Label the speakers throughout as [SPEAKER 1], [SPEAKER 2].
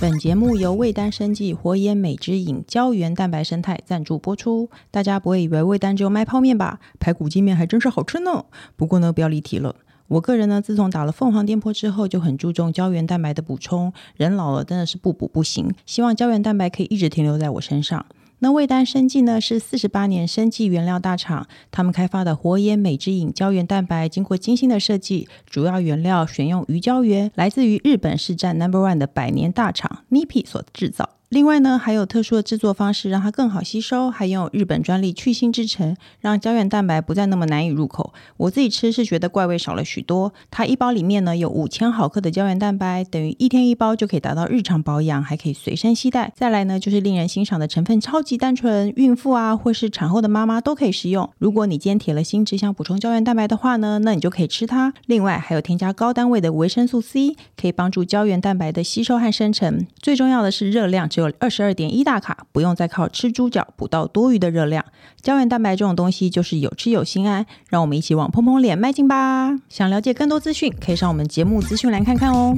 [SPEAKER 1] 本节目由味丹生技活颜美之饮胶原蛋白生态赞助播出。大家不会以为味丹只有卖泡面吧？排骨鸡面还真是好吃呢。不过呢，不要离题了。我个人呢，自从打了凤凰电波之后，就很注重胶原蛋白的补充。人老了真的是不补不行，希望胶原蛋白可以一直停留在我身上。那味丹生技呢，是四十八年生技原料大厂，他们开发的活颜美之饮胶原蛋白，经过精心的设计，主要原料选用鱼胶原，来自于日本市占 Number One 的百年大厂 Nipi 所制造。另外呢，还有特殊的制作方式，让它更好吸收，还有日本专利去腥制成，让胶原蛋白不再那么难以入口。我自己吃是觉得怪味少了许多。它一包里面呢有五千毫克的胶原蛋白，等于一天一包就可以达到日常保养，还可以随身携带。再来呢，就是令人欣赏的成分超级单纯，孕妇啊或是产后的妈妈都可以食用。如果你今天铁了心只想补充胶原蛋白的话呢，那你就可以吃它。另外还有添加高单位的维生素 C，可以帮助胶原蛋白的吸收和生成。最重要的是热量只有二十二点一大卡，不用再靠吃猪脚补到多余的热量。胶原蛋白这种东西就是有吃有心安，让我们一起往砰砰脸迈进吧！想了解更多资讯，可以上我们节目资讯栏看看哦。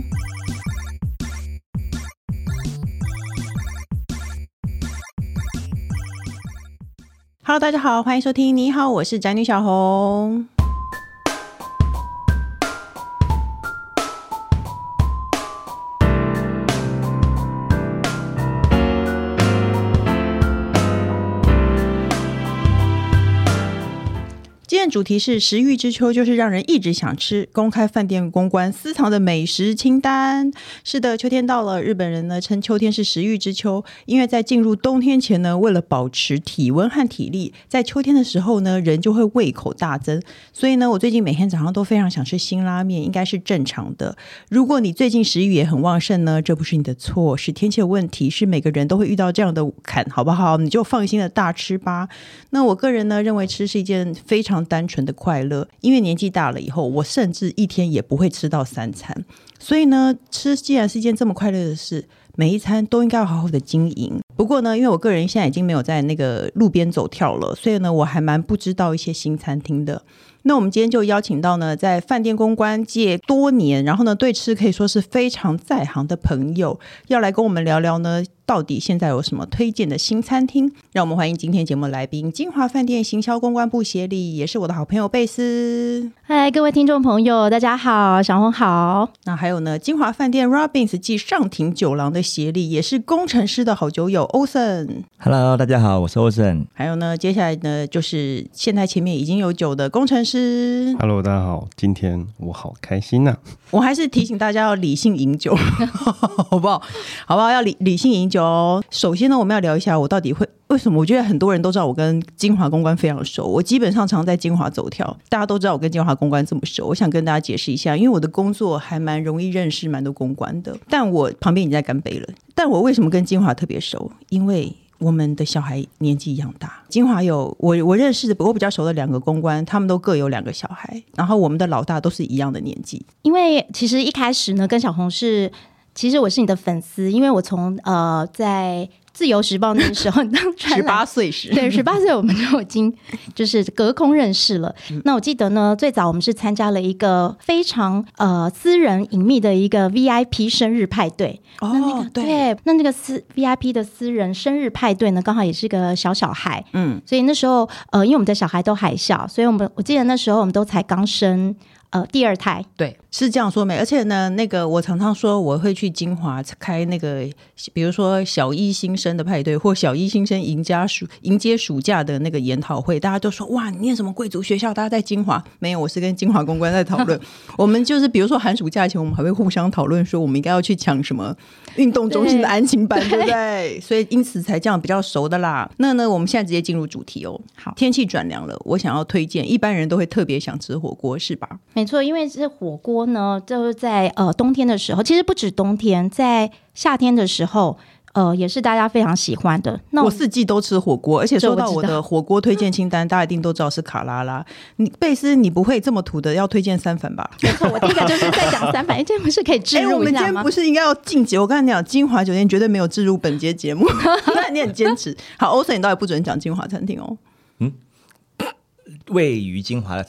[SPEAKER 1] Hello，大家好，欢迎收听。你好，我是宅女小红。今天主题是食欲之秋，就是让人一直想吃。公开饭店公关私藏的美食清单。是的，秋天到了，日本人呢称秋天是食欲之秋，因为在进入冬天前呢，为了保持体温和体力，在秋天的时候呢，人就会胃口大增。所以呢，我最近每天早上都非常想吃辛拉面，应该是正常的。如果你最近食欲也很旺盛呢，这不是你的错，是天气的问题，是每个人都会遇到这样的坎，好不好？你就放心的大吃吧。那我个人呢，认为吃是一件非常单纯的快乐，因为年纪大了以后，我甚至一天也不会吃到三餐。所以呢，吃既然是一件这么快乐的事，每一餐都应该要好好的经营。不过呢，因为我个人现在已经没有在那个路边走跳了，所以呢，我还蛮不知道一些新餐厅的。那我们今天就邀请到呢，在饭店公关界多年，然后呢对吃可以说是非常在行的朋友，要来跟我们聊聊呢，到底现在有什么推荐的新餐厅？让我们欢迎今天节目来宾，金华饭店行销公关部协理，也是我的好朋友贝斯。
[SPEAKER 2] 嗨，各位听众朋友，大家好，小红好。
[SPEAKER 1] 那还有呢，金华饭店 Robins 暨上庭酒廊的协力，也是工程师的好酒友 Osen。
[SPEAKER 3] Hello，大家好，我是 Ocean。
[SPEAKER 1] 还有呢，接下来呢，就是现在前面已经有酒的工程师。
[SPEAKER 4] Hello，大家好，今天我好开心啊呐、
[SPEAKER 1] 我还是提醒大家要理性饮酒， 好不好？好不好？要理理性饮酒哦。首先呢，我们要聊一下我到底会为什么？我觉得很多人都知道我跟金华公关非常熟，我基本上常在金华走跳，大家都知道我跟金华公关这么熟。我想跟大家解释一下，因为我的工作还蛮容易认识蛮多公关的，但我旁边已经在干杯了。但我为什么跟金华特别熟？因为我们的小孩年纪一样大，金华有我我认识的我比较熟的两个公关，他们都各有两个小孩，然后我们的老大都是一样的年纪，
[SPEAKER 2] 因为其实一开始呢，跟小红是，其实我是你的粉丝，因为我从呃在自由时报那个 时候当传
[SPEAKER 1] 十
[SPEAKER 2] 来
[SPEAKER 1] 八岁时，
[SPEAKER 2] 对，十八岁我们就已 经就是隔空认识了。
[SPEAKER 1] 嗯
[SPEAKER 2] 那我记得呢，最早我们是参加了一个非常呃私人隐秘的一个 VIP 生日派对。
[SPEAKER 1] 哦，
[SPEAKER 2] 那那个对，那那个私 VIP 的私人生日派对呢，刚好也是个小小孩，
[SPEAKER 1] 嗯，
[SPEAKER 2] 所以那时候呃，因为我们的小孩都还小，所以我们我记得那时候我们都才刚生呃第二胎。
[SPEAKER 1] 对，是这样说没？而且呢，那个我常常说我会去金华开那个，比如说小一新生的派对，或小一新生迎家暑迎接暑假的那个研讨会，大家都说哇，你念什么贵族学校？大家在金华没有？我是跟金华公关在讨 论。我们就是比如说寒暑假前，我们还会互相讨论说我们应该要去抢什么运动中心的安亲班，对不对？所以因此才这样比较熟的啦。那呢，我们现在直接进入主题哦。
[SPEAKER 2] 好
[SPEAKER 1] 天气转凉了，我想要推荐，一般人都会特别想吃火锅，是吧？
[SPEAKER 2] 没错，因为这火锅呢，就是在呃冬天的时候，其实不止冬天，在夏天的时候，呃也是大家非常喜欢的。那
[SPEAKER 1] 我四季都吃火锅，而且
[SPEAKER 2] 这
[SPEAKER 1] 说
[SPEAKER 2] 我
[SPEAKER 1] 到
[SPEAKER 2] 知
[SPEAKER 1] 我
[SPEAKER 2] 道
[SPEAKER 1] 的火锅推荐清单，大家一定都知道是卡拉拉。你贝斯，你不会这么土的要推荐三粉吧？
[SPEAKER 2] 没错，我第一个就是在讲三反，哎这不是可以置
[SPEAKER 1] 哎、我
[SPEAKER 2] 入
[SPEAKER 1] 们
[SPEAKER 2] 一
[SPEAKER 1] 今
[SPEAKER 2] 下
[SPEAKER 1] 天
[SPEAKER 2] 吗
[SPEAKER 1] 不？是应该要晋级？我刚才讲金华酒店绝对没有置入本节节目， 那你很坚持。好，欧森，你倒也不准讲金华餐厅哦。
[SPEAKER 3] 位于金华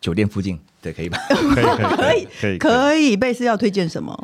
[SPEAKER 3] 酒店附近，对， 可以吧？
[SPEAKER 4] 可以 可以可以以，
[SPEAKER 1] 可以，贝斯要推荐什么？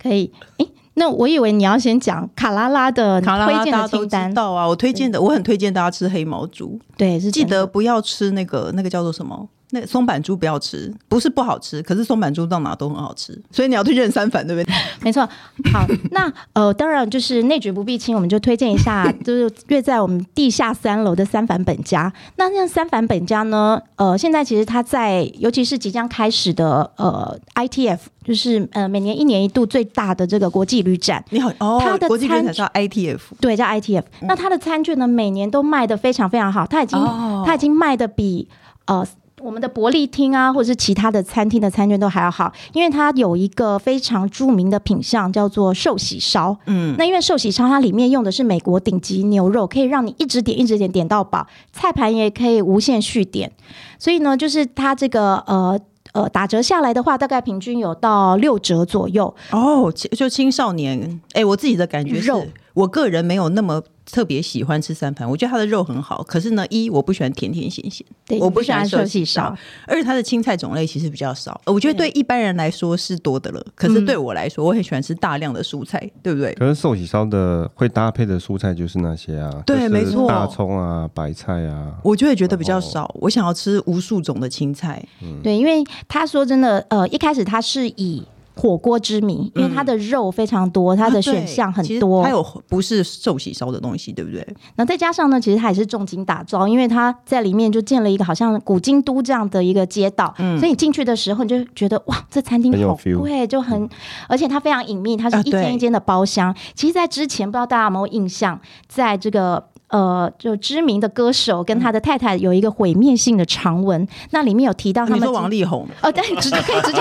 [SPEAKER 2] 可以，哎，那我以为你要先讲卡拉拉的
[SPEAKER 1] 卡拉
[SPEAKER 2] 推
[SPEAKER 1] 拉
[SPEAKER 2] 荐
[SPEAKER 1] 大家
[SPEAKER 2] 的
[SPEAKER 1] 都
[SPEAKER 2] 清
[SPEAKER 1] 知
[SPEAKER 2] 单，
[SPEAKER 1] 道啊，我推荐的，我很推荐大家吃黑毛猪，
[SPEAKER 2] 对，是
[SPEAKER 1] 记
[SPEAKER 2] 真的
[SPEAKER 1] 得不要吃那个那个叫做什么。那松板猪不要吃，不是不好吃，可是松板猪到哪都很好吃，所以你要推荐三反，对不对？
[SPEAKER 2] 没错，好， 那呃，当然就是内举不避亲，我们就推荐一下，就是约在我们地下三楼的三反本家。那那三反本家呢，呃，现在其实它在，尤其是即将开始的呃 ITF，就是呃每年一年一度最大的这个国际旅展，
[SPEAKER 1] 你好，哦，
[SPEAKER 2] 它的
[SPEAKER 1] 国际
[SPEAKER 2] 餐
[SPEAKER 1] 观察叫 ITF，
[SPEAKER 2] 对，叫 ITF。那它的餐券呢，每年都卖的非常非常好，它已经、
[SPEAKER 1] 哦
[SPEAKER 2] 它已经卖的比呃。我们的伯利厅啊，或者是其他的餐厅的餐券都还要好，因为它有一个非常著名的品项叫做寿喜烧。嗯，那因为寿喜烧它里面用的是美国顶级牛肉，可以让你一直点一直点点到饱，菜盘也可以无限续点。所以呢，就是它这个呃呃打折下来的话，大概平均有到六折左右。
[SPEAKER 1] 哦，其就青少年，哎、我自己的感觉是
[SPEAKER 2] 肉，
[SPEAKER 1] 我个人没有那么特别喜欢吃三盘，我觉得它的肉很好，可是呢，一我不喜欢甜甜咸咸，
[SPEAKER 2] 对
[SPEAKER 1] 我
[SPEAKER 2] 你不
[SPEAKER 1] 喜欢
[SPEAKER 2] 喜欢寿
[SPEAKER 1] 喜
[SPEAKER 2] 喜烧，
[SPEAKER 1] 而且它的青菜种类其实比较少，呃我觉得对一般人来说是多的了，可
[SPEAKER 2] 嗯
[SPEAKER 1] 是对我来说，我很喜欢吃大量的蔬菜，对不对？
[SPEAKER 4] 可是寿喜烧的会搭配的蔬菜就是那些啊，
[SPEAKER 1] 对
[SPEAKER 4] 就是
[SPEAKER 1] 没错
[SPEAKER 4] 大葱啊、白菜啊，
[SPEAKER 1] 我就会觉得比较少，我想要吃无数种的青菜，
[SPEAKER 2] 对，因为他说真的，呃，一开始他是以火锅之名，因为它的肉非常多，
[SPEAKER 1] 啊
[SPEAKER 2] 它的选项很多，
[SPEAKER 1] 还有不是寿喜烧的东西，对不对？
[SPEAKER 2] 然后再加上呢，其实它也是重金打造，因为它在里面就建了一个好像古京都这样的一个街道，
[SPEAKER 1] 嗯
[SPEAKER 2] 所以你进去的时候你就觉得哇，这餐厅
[SPEAKER 4] 很有
[SPEAKER 2] 好
[SPEAKER 4] feel
[SPEAKER 2] 贵，就
[SPEAKER 1] 嗯
[SPEAKER 2] 很，而且它非常隐秘，它是
[SPEAKER 1] 啊
[SPEAKER 2] 一间
[SPEAKER 1] 对
[SPEAKER 2] 一间的包厢。其实，在之前不知道大家有没有印象，在这个。呃，就知名的歌手跟他的太太有一个毁灭性的长文，那里面有提到他
[SPEAKER 1] 你说
[SPEAKER 2] 们经
[SPEAKER 1] 王力宏
[SPEAKER 2] 哦，但直接可以 直接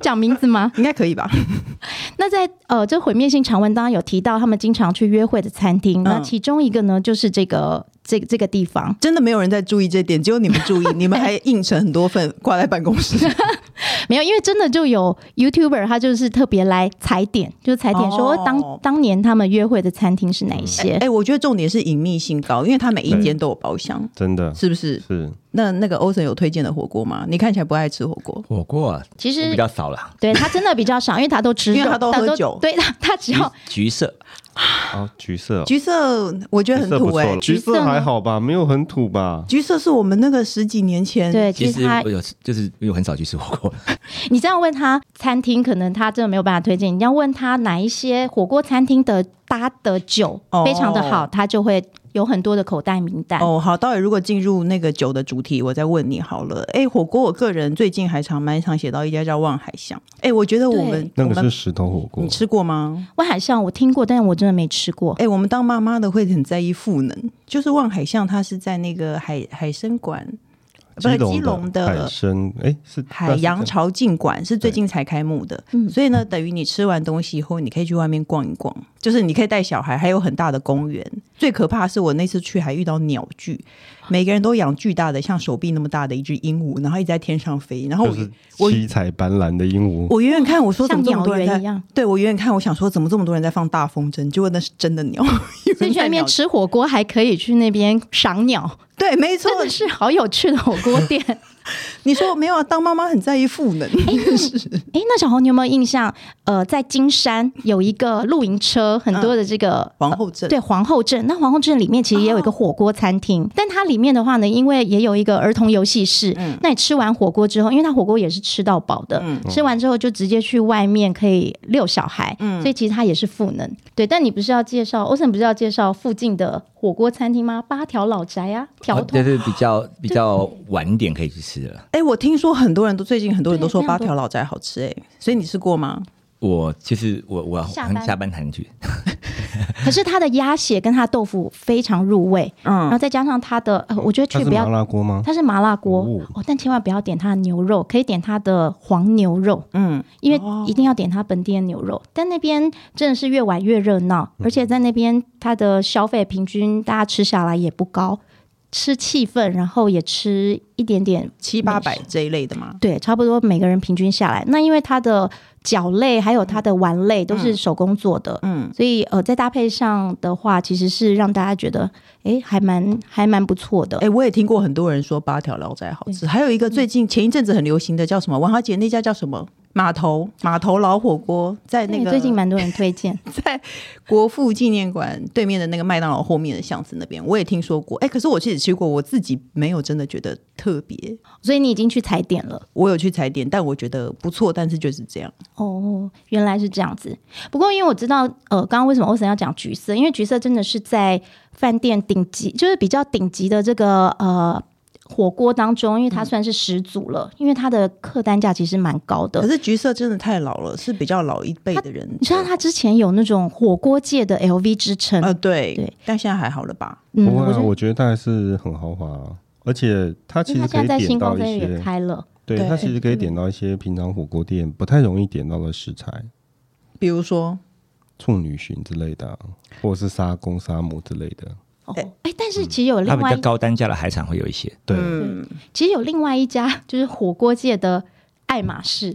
[SPEAKER 2] 讲名字吗？
[SPEAKER 1] 应该可以吧？
[SPEAKER 2] 那在呃，这毁灭性长文当然有提到他们经常去约会的餐厅，
[SPEAKER 1] 嗯
[SPEAKER 2] 那其中一个呢就是这个这这个地方。
[SPEAKER 1] 真的没有人在注意这点，只有你们注意， 你们还印成很多份挂在办公 室。
[SPEAKER 2] 没有，因为真的就有 YouTuber 他就是特别来踩点，就踩点说、
[SPEAKER 1] 哦
[SPEAKER 2] 当当年他们约会的餐厅是哪一些。
[SPEAKER 1] 哎、我觉得重点是隐秘性高，因为它每一间都有包厢，
[SPEAKER 4] 真的
[SPEAKER 1] 是不是？
[SPEAKER 4] 是
[SPEAKER 1] 那那个欧森有推荐的火锅吗？你看起来不爱吃火
[SPEAKER 4] 哦
[SPEAKER 1] 锅，
[SPEAKER 3] 火锅啊
[SPEAKER 2] 其实
[SPEAKER 3] 我比较少了，
[SPEAKER 2] 对他真的比较少，因为他都吃肉，
[SPEAKER 1] 因为他都喝酒
[SPEAKER 2] 对他他只
[SPEAKER 3] 橘
[SPEAKER 2] 要
[SPEAKER 3] 橘色
[SPEAKER 4] 哦，橘色哦，
[SPEAKER 1] 橘色我觉得很
[SPEAKER 4] 色不
[SPEAKER 1] 土
[SPEAKER 4] 错
[SPEAKER 1] 哎、
[SPEAKER 4] 了，橘
[SPEAKER 2] 橘
[SPEAKER 4] 色
[SPEAKER 2] 色呢
[SPEAKER 4] 还好吧，没有很土吧？
[SPEAKER 1] 橘色是我们那个十几年前，
[SPEAKER 2] 对，
[SPEAKER 3] 其实
[SPEAKER 2] 他
[SPEAKER 3] 我有就是因为我很少去吃火 锅，
[SPEAKER 2] 你这样问他餐厅，可能他真的没有办法推荐。你要问他哪一些火锅餐厅的搭的酒
[SPEAKER 1] 哦
[SPEAKER 2] 非常的好，他就会有很多的口袋名单。
[SPEAKER 1] 哦，好，到底如果进入那个酒的主题，我再问你好了。哎、火锅我个人最近还常蛮常写到一家叫望海巷，哎、我觉得我们
[SPEAKER 4] 那
[SPEAKER 1] 我
[SPEAKER 4] 个
[SPEAKER 1] 们
[SPEAKER 4] 是石头火锅
[SPEAKER 1] 你，吃过吗？
[SPEAKER 2] 万海巷我听过，但是我真的没吃过。
[SPEAKER 1] 哎、我们当妈妈的会很在意赋能，就是望海巷，它是在那个海海参馆，不是基隆
[SPEAKER 4] 的海
[SPEAKER 1] 的
[SPEAKER 4] 参，哎，是
[SPEAKER 1] 海洋，潮境馆，是最近才开幕的。
[SPEAKER 2] 嗯
[SPEAKER 1] 所以呢，等于你吃完东西以后，你可以去外面逛一逛，就是你可以带小孩，还有很大的公园。最可怕的是我那次去还遇到鸟剧，每个人都养巨大的，像手臂那么大的一只鹦鹉，然后一直在天上飞，然后
[SPEAKER 4] 那
[SPEAKER 1] 我。
[SPEAKER 4] 是就
[SPEAKER 1] 我
[SPEAKER 4] 是七彩斑斓的鹦鹉，
[SPEAKER 1] 我远远看，我说怎么
[SPEAKER 2] 像
[SPEAKER 1] 这么
[SPEAKER 2] 鸟
[SPEAKER 1] 多人
[SPEAKER 2] 园
[SPEAKER 1] 在
[SPEAKER 2] 一？样，
[SPEAKER 1] 对我远远看，我想说怎么这么多人在放大风筝？结果那是真的鸟，有人哦
[SPEAKER 2] 所以去
[SPEAKER 1] 在
[SPEAKER 2] 那边
[SPEAKER 1] 鸟
[SPEAKER 2] 吃火锅还可以去那边赏鸟，
[SPEAKER 1] 对，没错
[SPEAKER 2] 真。的是好有趣的火锅 店。
[SPEAKER 1] 你说没有啊？当妈妈很在意赋能，
[SPEAKER 2] 哎，那小红，你有没有印象？呃，在金山有一个露营车，很多的这个、
[SPEAKER 1] 皇后镇
[SPEAKER 2] 对皇后镇，那皇后镇里面其实也有一个火锅餐厅，
[SPEAKER 1] 哦
[SPEAKER 2] 但它里面的话呢，因为也有一个儿童游戏室，
[SPEAKER 1] 嗯
[SPEAKER 2] 那你吃完火锅之后，因为它火锅也是吃到饱的，
[SPEAKER 4] 哦
[SPEAKER 1] 嗯
[SPEAKER 2] 吃完之后就直接去外面可以遛小孩，
[SPEAKER 1] 嗯
[SPEAKER 2] 所以其实它也是赋能。对，但你不是要介绍欧森不是要介绍附近的火锅餐厅吗？八条老宅啊，条
[SPEAKER 3] 哦
[SPEAKER 2] 通。
[SPEAKER 3] 但是比较比较晚一点可以去吃了。
[SPEAKER 1] 哎、我听说很多人都最近很多人都说
[SPEAKER 2] 对非
[SPEAKER 1] 八
[SPEAKER 2] 常多
[SPEAKER 1] 条老宅好吃、哎，所以你吃过吗？
[SPEAKER 3] 我其实我我
[SPEAKER 2] 下
[SPEAKER 3] 下
[SPEAKER 2] 班
[SPEAKER 3] 下班才能去，
[SPEAKER 2] 可是它的鸭血跟它豆腐非常入味，然后
[SPEAKER 1] 嗯，
[SPEAKER 2] 再加上它的，呃、我觉得
[SPEAKER 4] 哦它
[SPEAKER 2] 去
[SPEAKER 4] 是
[SPEAKER 2] 不
[SPEAKER 4] 麻
[SPEAKER 2] 要
[SPEAKER 4] 辣锅吗？
[SPEAKER 2] 它是麻辣锅
[SPEAKER 4] 哦
[SPEAKER 2] 哦但千万不要点它的牛肉，可以点它的黄牛肉，
[SPEAKER 1] 嗯，
[SPEAKER 2] 因为一定要点它本地的牛肉。但那边真的是越玩越热闹，而且在那边它的消费平均大家吃下来也不高，吃气氛，然后也吃一点点
[SPEAKER 1] 七八
[SPEAKER 2] 美
[SPEAKER 1] 百
[SPEAKER 2] 食
[SPEAKER 1] 这一类的嘛。
[SPEAKER 2] 对，差不多每个人平均下来。那因为它的饺类还有它的丸类都是手工做的，
[SPEAKER 1] 嗯
[SPEAKER 2] 所以呃，再搭配上的话，其实是让大家觉得，诶，还蛮还蛮不错的
[SPEAKER 1] 哎、。我也听过很多人说八条老宅好吃，还有一个最
[SPEAKER 2] 嗯
[SPEAKER 1] 近前一阵子很流行的叫什么？王小姐那家叫什么？码头码头老火锅，在那
[SPEAKER 2] 对
[SPEAKER 1] 个
[SPEAKER 2] 最近蛮多人推荐，
[SPEAKER 1] 在国父纪念馆对面的那个麦当劳后面的巷子那边，我也听说过。哎、可是我自己吃过，我自己没有真的觉得特别。
[SPEAKER 2] 所以你已经去踩点了。
[SPEAKER 1] 我有去踩点，但我觉得不错，但是就是这样。
[SPEAKER 2] 哦，原来是这样子。不过因为我知道，呃，刚刚为什么欧森要讲橘色？因为橘色真的是在饭店顶级，就是比较顶级的这个呃火锅当中，因为
[SPEAKER 1] 嗯
[SPEAKER 2] 它算是始祖了，因为它的客单价其实蛮高的
[SPEAKER 1] 可。是橘色真的太老了，是比较老一辈的人。
[SPEAKER 2] 你知道他之前有那种火锅界的 LV 之称，
[SPEAKER 1] 呃，对
[SPEAKER 2] 对
[SPEAKER 1] 但现在还好了吧？
[SPEAKER 2] 嗯，
[SPEAKER 4] 不
[SPEAKER 2] 我
[SPEAKER 4] 会啊，
[SPEAKER 2] 觉得
[SPEAKER 4] 我觉得它还是很豪华啊，而且它其
[SPEAKER 2] 因为他
[SPEAKER 4] 实可
[SPEAKER 2] 现
[SPEAKER 4] 以
[SPEAKER 2] 在在
[SPEAKER 4] 点
[SPEAKER 2] 星
[SPEAKER 4] 到
[SPEAKER 2] 光
[SPEAKER 4] 一
[SPEAKER 2] 飞跃也
[SPEAKER 4] 些，
[SPEAKER 2] 开了，
[SPEAKER 4] 对，
[SPEAKER 1] 对
[SPEAKER 4] 它其实可以
[SPEAKER 2] 嗯
[SPEAKER 4] 点到一些平常火锅店不太容易点到的食材，
[SPEAKER 1] 比如说，
[SPEAKER 4] 处女鲟之类的啊，或者是沙公、沙母之类的。
[SPEAKER 2] 哦，
[SPEAKER 1] 哎
[SPEAKER 2] 哎，但
[SPEAKER 4] 嗯
[SPEAKER 2] 是其实有
[SPEAKER 3] 它
[SPEAKER 2] 另
[SPEAKER 3] 比
[SPEAKER 2] 外
[SPEAKER 3] 较
[SPEAKER 2] 一，
[SPEAKER 3] 高单价的海产会有一些。
[SPEAKER 4] 对，
[SPEAKER 1] 嗯，
[SPEAKER 2] 其实有另外一家就是火锅界的爱马仕，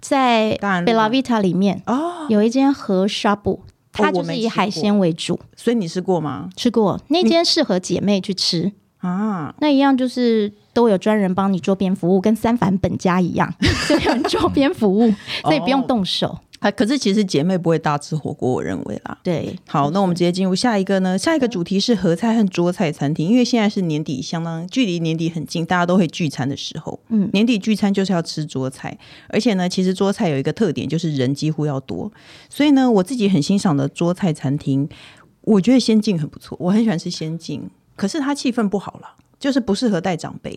[SPEAKER 2] 在
[SPEAKER 1] 当然
[SPEAKER 2] Bella Vita 里面
[SPEAKER 1] 哦，
[SPEAKER 2] 有一间和 shabu，它就
[SPEAKER 1] 我
[SPEAKER 2] 是
[SPEAKER 1] 没
[SPEAKER 2] 以
[SPEAKER 1] 吃
[SPEAKER 2] 海
[SPEAKER 1] 过
[SPEAKER 2] 鲜为主。
[SPEAKER 1] 所以你吃过吗？
[SPEAKER 2] 吃过嗯那间适合姐妹去吃，
[SPEAKER 1] 啊，
[SPEAKER 2] 那一样就是都有专人帮你桌边服务，跟三反本家 一样，就有人桌边服务，所以不用动手。
[SPEAKER 1] 啊，可是其实姐妹不会大吃火锅，我认为啦。
[SPEAKER 2] 对，
[SPEAKER 1] 好，那我们直接进入下一个呢？下一个主题是合菜和桌菜餐厅，因为现在是年底，相当距离年底很近，大家都会聚餐的时候。
[SPEAKER 2] 嗯
[SPEAKER 1] 年底聚餐就是要吃桌菜，而且呢，其实桌菜有一个特点，就是人几乎要多。所以呢，我自己很欣赏的桌菜餐厅，我觉得仙境很不错，我很喜欢吃仙境，可是它气氛不好了，就是不适合带长辈，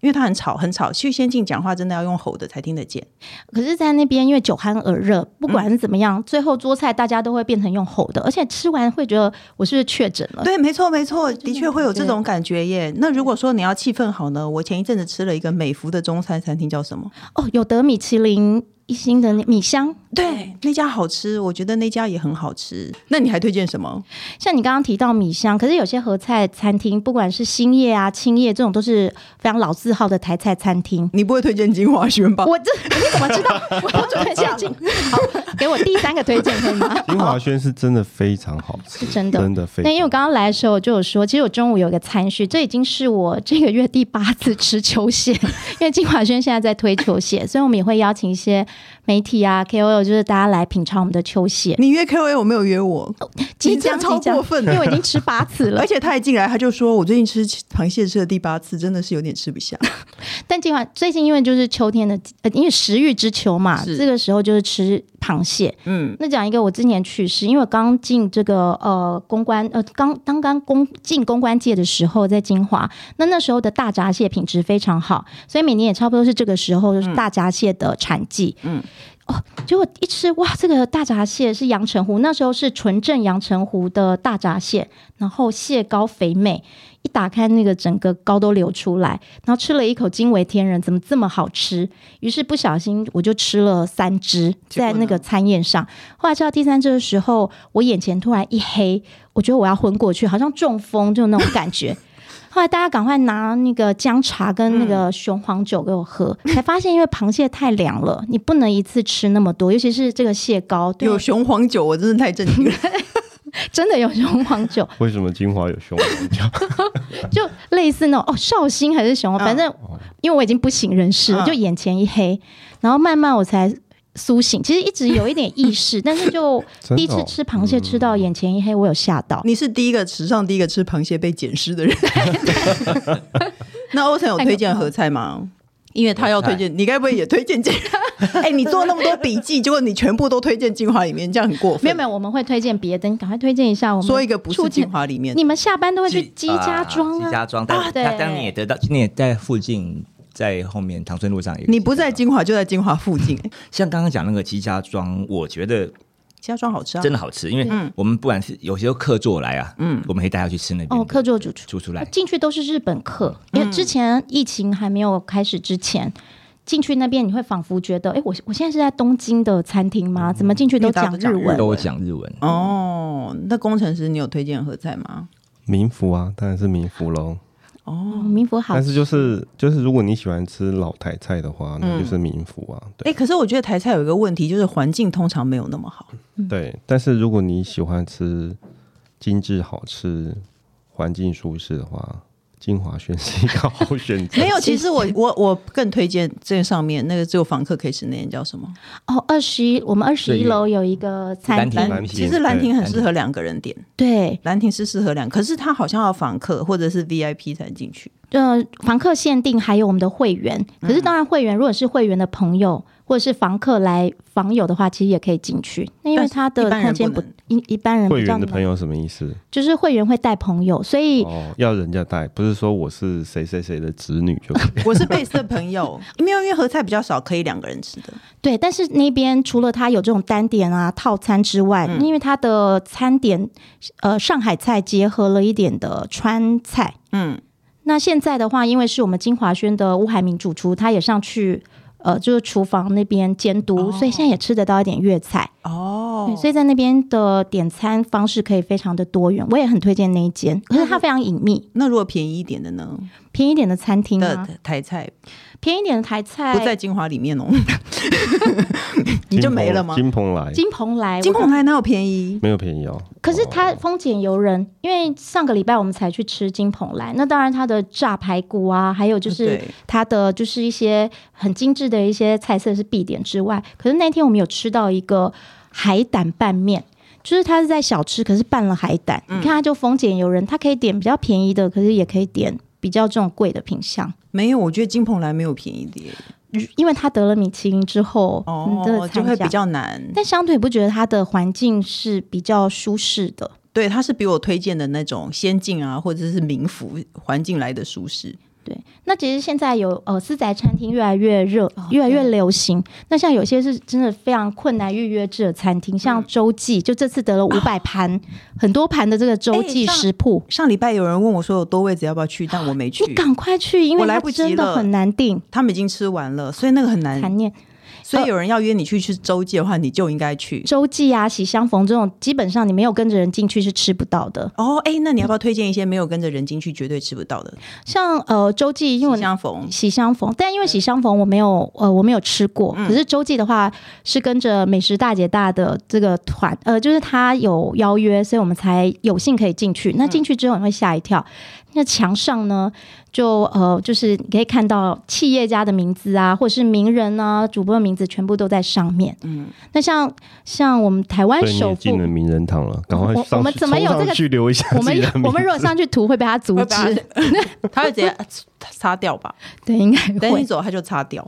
[SPEAKER 1] 因为它很吵，很吵。去仙境讲话真的要用吼的才听得见。
[SPEAKER 2] 可是，在那边因为酒酣耳热，不管是怎么样，最后桌菜大家都会变成用吼的，而且吃完会觉得我是不是确诊了？
[SPEAKER 1] 对，没错，没错，哦的确会有这种感觉耶。那如果说你要气氛好呢，我前一阵子吃了一个美孚的中餐餐厅，叫什么？
[SPEAKER 2] 哦，有得米其林一星的米香，
[SPEAKER 1] 对，那家好吃，我觉得那家也很好吃。那你还推荐什么？
[SPEAKER 2] 像你刚刚提到米香，可是有些合菜餐厅，不管是兴业啊、青叶这种，都是非常老字号的台菜餐厅。
[SPEAKER 1] 你不会推荐金华轩吧？
[SPEAKER 2] 我这你怎么知道？我要准备下进。好，给我第三个推荐可以吗？
[SPEAKER 4] 金华轩是真的非常好吃，
[SPEAKER 2] 哦是真的
[SPEAKER 4] 真的非
[SPEAKER 2] 那
[SPEAKER 4] 常。
[SPEAKER 2] 因为我刚刚来的时候我就有说，其实我中午有一个餐序，这已经是我这个月第八次吃球蟹， 因为金华轩现在在推球蟹，所以我们也会邀请一些媒体啊、KOL，就是大家来品尝我们的球蟹。
[SPEAKER 1] 你约 K O A，我没有约我，
[SPEAKER 2] 即将
[SPEAKER 1] 你这样
[SPEAKER 2] 即
[SPEAKER 1] 哦超
[SPEAKER 2] 将
[SPEAKER 1] 过，分
[SPEAKER 2] 因为我已经吃八次了
[SPEAKER 1] 而。且他一进来他就说，我最近吃螃蟹吃了第八次，真的是有点吃不 下。
[SPEAKER 2] 但金华最近因为就是秋天的，呃，因为食欲之秋嘛，
[SPEAKER 1] 是
[SPEAKER 2] 这个时候就是吃螃蟹。
[SPEAKER 1] 嗯，
[SPEAKER 2] 那讲一个我之前去世，因为我刚进这个呃公关呃刚刚刚公进公关界的时候，在金华，那那时候的大闸蟹品质非常好，所以每年也差不多是这个时候就是大闸蟹的产季。嗯。哦，结果一吃哇，这个大闸蟹是阳澄湖，那时候是纯正阳澄湖的大闸蟹，然后蟹膏肥美，一打开那个整个膏都流出来，然后吃了一口惊为天人，怎么这么好吃？于是不小心我就吃了三只，
[SPEAKER 1] 结果
[SPEAKER 2] 在
[SPEAKER 1] 呢
[SPEAKER 2] 那个餐宴上，后来吃到第三只的时候，我眼前突然一黑，我觉得我要昏过去，好像中风就那种感 觉。后来大家赶快拿那个姜茶跟那个雄黄酒给我喝，才发现因为螃蟹太凉了，你不能一次吃那么多，尤其是这个蟹膏，对
[SPEAKER 1] 有雄黄酒，我真是太震惊了。
[SPEAKER 2] 真的有雄黄酒，
[SPEAKER 4] 为什么金华有胸王酒？
[SPEAKER 2] 就类似那种哦，绍兴还是什么，
[SPEAKER 1] 嗯
[SPEAKER 2] 反正因为我已经不省人事
[SPEAKER 1] 嗯
[SPEAKER 2] 了，就眼前一黑，然后慢慢我才苏醒。其实一直有一点意识，但是就
[SPEAKER 4] 真的哦
[SPEAKER 2] 第一次吃螃蟹吃到眼前一黑，我有吓到。
[SPEAKER 1] 你是第一个史上第一个吃螃蟹被捡尸的人。 那欧辰有推荐何菜吗？因为他要推荐，你该不会也推荐金？ 哎、你做那么多笔记，结果你全部都推荐精华里面，这样很过分。
[SPEAKER 2] 没有没有，我们会推荐别的，你赶快推荐一下我们。
[SPEAKER 1] 说一个不是精，华里面的
[SPEAKER 2] 你们下班都会去鸡
[SPEAKER 3] 基
[SPEAKER 2] 家庄
[SPEAKER 3] 基
[SPEAKER 2] 啊？
[SPEAKER 3] 呃家庄，但
[SPEAKER 2] 啊对
[SPEAKER 3] 但但你也得到，你也在附近，在后面唐村路上有一个
[SPEAKER 1] 你不在
[SPEAKER 3] 基家
[SPEAKER 1] 金华，就在金华附近。哎
[SPEAKER 3] 庄像刚刚讲那个基家庄，我觉得
[SPEAKER 1] 鸡家庄好吃啊！
[SPEAKER 3] 真
[SPEAKER 1] 的，
[SPEAKER 3] 的好吃，因
[SPEAKER 2] 嗯
[SPEAKER 3] 为我们不管是有时候客座来啊，嗯，我们可以带他去吃那边
[SPEAKER 2] 哦，客座主厨
[SPEAKER 3] 煮出来，
[SPEAKER 2] 进去都是日本客，因为之前疫情还没有开始之前。进去那边，你会仿佛觉得，哎、我我现在是在东京的餐厅吗？怎么进去都讲日文？
[SPEAKER 3] 都讲日文。
[SPEAKER 1] 哦，那工程师，你有推荐何菜吗？
[SPEAKER 4] 民福啊，当然是民福喽。
[SPEAKER 2] 哦，民福好
[SPEAKER 4] 但，是就是就是，如果你喜欢吃老台菜的话，那
[SPEAKER 2] 嗯
[SPEAKER 4] 就是民福啊。
[SPEAKER 1] 哎、可是我觉得台菜有一个问题，就是环境通常没有那么好。
[SPEAKER 2] 嗯
[SPEAKER 4] 对对，但是如果你喜欢吃精致好吃、环境舒适的话，金华轩是一个好选择。
[SPEAKER 1] 没有，其实我我我更推荐这上面那个只有房客可以吃那间叫什么？
[SPEAKER 2] 哦，二十一，我们二十一
[SPEAKER 3] 对
[SPEAKER 2] 楼有一个餐
[SPEAKER 3] 蓝
[SPEAKER 2] 厅，
[SPEAKER 4] 兰亭
[SPEAKER 1] 哎其实兰亭很适
[SPEAKER 3] 兰
[SPEAKER 1] 合两个人点，
[SPEAKER 2] 对，
[SPEAKER 1] 兰亭是适合两，可是它好像要房客或者是 VIP 才进去。
[SPEAKER 2] 呃，房客限定，还有我们的会员。可是当然，会员如果是会员的朋友或者是房客来访友的话，其实也可以进去。那因为它的
[SPEAKER 1] 但是一般人
[SPEAKER 2] 空间
[SPEAKER 1] 不
[SPEAKER 2] 不
[SPEAKER 1] 能
[SPEAKER 2] 一一般人
[SPEAKER 4] 会
[SPEAKER 2] 比较
[SPEAKER 4] 员的
[SPEAKER 2] 难
[SPEAKER 4] 朋友什么意思？
[SPEAKER 2] 就是会员会带朋友，所以
[SPEAKER 4] 哦，要人家带，不是说我是谁谁谁的子女就可 以。
[SPEAKER 1] 我是贝斯的朋友，没 有因为合菜比较少，可以两个人吃的。
[SPEAKER 2] 对，但是那边除了它有这种单点啊套餐之外，因为它的餐点呃上海菜结合了一点的川菜，
[SPEAKER 1] 嗯，
[SPEAKER 2] 那现在的话，因为是我们金华轩的吴海明主厨，他也上去。呃，就是厨房那边监督，所以现在也吃得到一点粤菜，
[SPEAKER 1] 哦
[SPEAKER 2] 对，所以在那边的点餐方式可以非常的多元。我也很推荐那一间，可是它非常隐秘，
[SPEAKER 1] 那如果便宜一点的呢？
[SPEAKER 2] 便宜一点的餐厅啊，
[SPEAKER 1] 的台菜
[SPEAKER 2] 便宜一点的台菜，
[SPEAKER 1] 不在精华里 面哦， 你就没了吗？
[SPEAKER 4] 金鹏来
[SPEAKER 2] 金鹏来，
[SPEAKER 1] 金
[SPEAKER 2] 我
[SPEAKER 1] 凤还哪有便宜？
[SPEAKER 4] 没有便宜哦，
[SPEAKER 2] 可是它丰俭由人，因为上个礼拜我们才去吃金鹏来，那当然它的炸排骨啊，还有就
[SPEAKER 1] 啊
[SPEAKER 2] 是
[SPEAKER 1] 对
[SPEAKER 2] 它的就是一些很精致的一些菜色是必点之外，可是那天我们有吃到一个海胆拌面。就是它是在小吃，可是拌了海胆，
[SPEAKER 1] 嗯
[SPEAKER 2] 你看它就丰俭由人，它可以点比较便宜的，可是也可以点比较这种贵的品相，
[SPEAKER 1] 没有，我觉得金鹏来没有便宜的耶
[SPEAKER 2] 因为它得了米其林之后，嗯这
[SPEAKER 1] 哦
[SPEAKER 2] 个，
[SPEAKER 1] 就
[SPEAKER 2] 参
[SPEAKER 1] 会比
[SPEAKER 2] 加，
[SPEAKER 1] 较难。
[SPEAKER 2] 但相对不觉得它的环境是比较舒适的，
[SPEAKER 1] 对，它是比我推荐的那种先进啊，或者是民服环境来的舒适。
[SPEAKER 2] 对，那其实现在有呃私宅餐厅越来越热，
[SPEAKER 1] 哦
[SPEAKER 2] 越来越流行。那像有些是真的非常困难预约制的餐厅，像
[SPEAKER 1] 嗯
[SPEAKER 2] 周记，就这次得了五百盘，很多盘的这个周记
[SPEAKER 1] 啊哎上
[SPEAKER 2] 食谱，
[SPEAKER 1] 上礼拜有人问我说有多位置要不要去，但我没去
[SPEAKER 2] 你。赶快去，因
[SPEAKER 1] 我
[SPEAKER 2] 为
[SPEAKER 1] 来
[SPEAKER 2] 它
[SPEAKER 1] 不及
[SPEAKER 2] 真
[SPEAKER 1] 了嗯
[SPEAKER 2] 的很难定。
[SPEAKER 1] 他们已经吃完了，所以那个很呃难。
[SPEAKER 2] 残念
[SPEAKER 1] 所以有人要约你去吃周记的话，你就应该去。
[SPEAKER 2] 周记啊，喜相逢这种，基本上你没有跟着人进去是吃不到的。
[SPEAKER 1] 哦，哎，那你要不要推荐一些没有跟着人进去绝对吃不到的？
[SPEAKER 2] 像呃周记，因为
[SPEAKER 1] 喜
[SPEAKER 2] 我
[SPEAKER 1] 相逢
[SPEAKER 2] 喜相逢，但因为喜相逢我没有呃我没有吃过，可是周记的话是跟着美食大姐大的这个团，呃，就是他有邀约，所以我们才有幸可以进去。那进去之后你会吓一跳，那墙上呢就呃就是你可以看到企业家的名字啊，或者是名人啊、主播的名字全部都在上面。嗯，那像像我们台湾
[SPEAKER 4] 哦对，你
[SPEAKER 2] 首
[SPEAKER 4] 也
[SPEAKER 2] 富
[SPEAKER 4] 进。了名人堂了，赶快
[SPEAKER 2] 我
[SPEAKER 4] 上
[SPEAKER 2] 我们
[SPEAKER 4] 去
[SPEAKER 2] 怎么有
[SPEAKER 4] 冲上
[SPEAKER 2] 这个
[SPEAKER 4] 去留一下
[SPEAKER 2] 我们
[SPEAKER 4] 自己的名字
[SPEAKER 2] 我们如果上去图会被他阻
[SPEAKER 1] 会把
[SPEAKER 2] 止，
[SPEAKER 1] 他会直接呃擦掉吧？
[SPEAKER 2] 对，应该
[SPEAKER 1] 等
[SPEAKER 2] 会
[SPEAKER 1] 你。走，他就擦掉。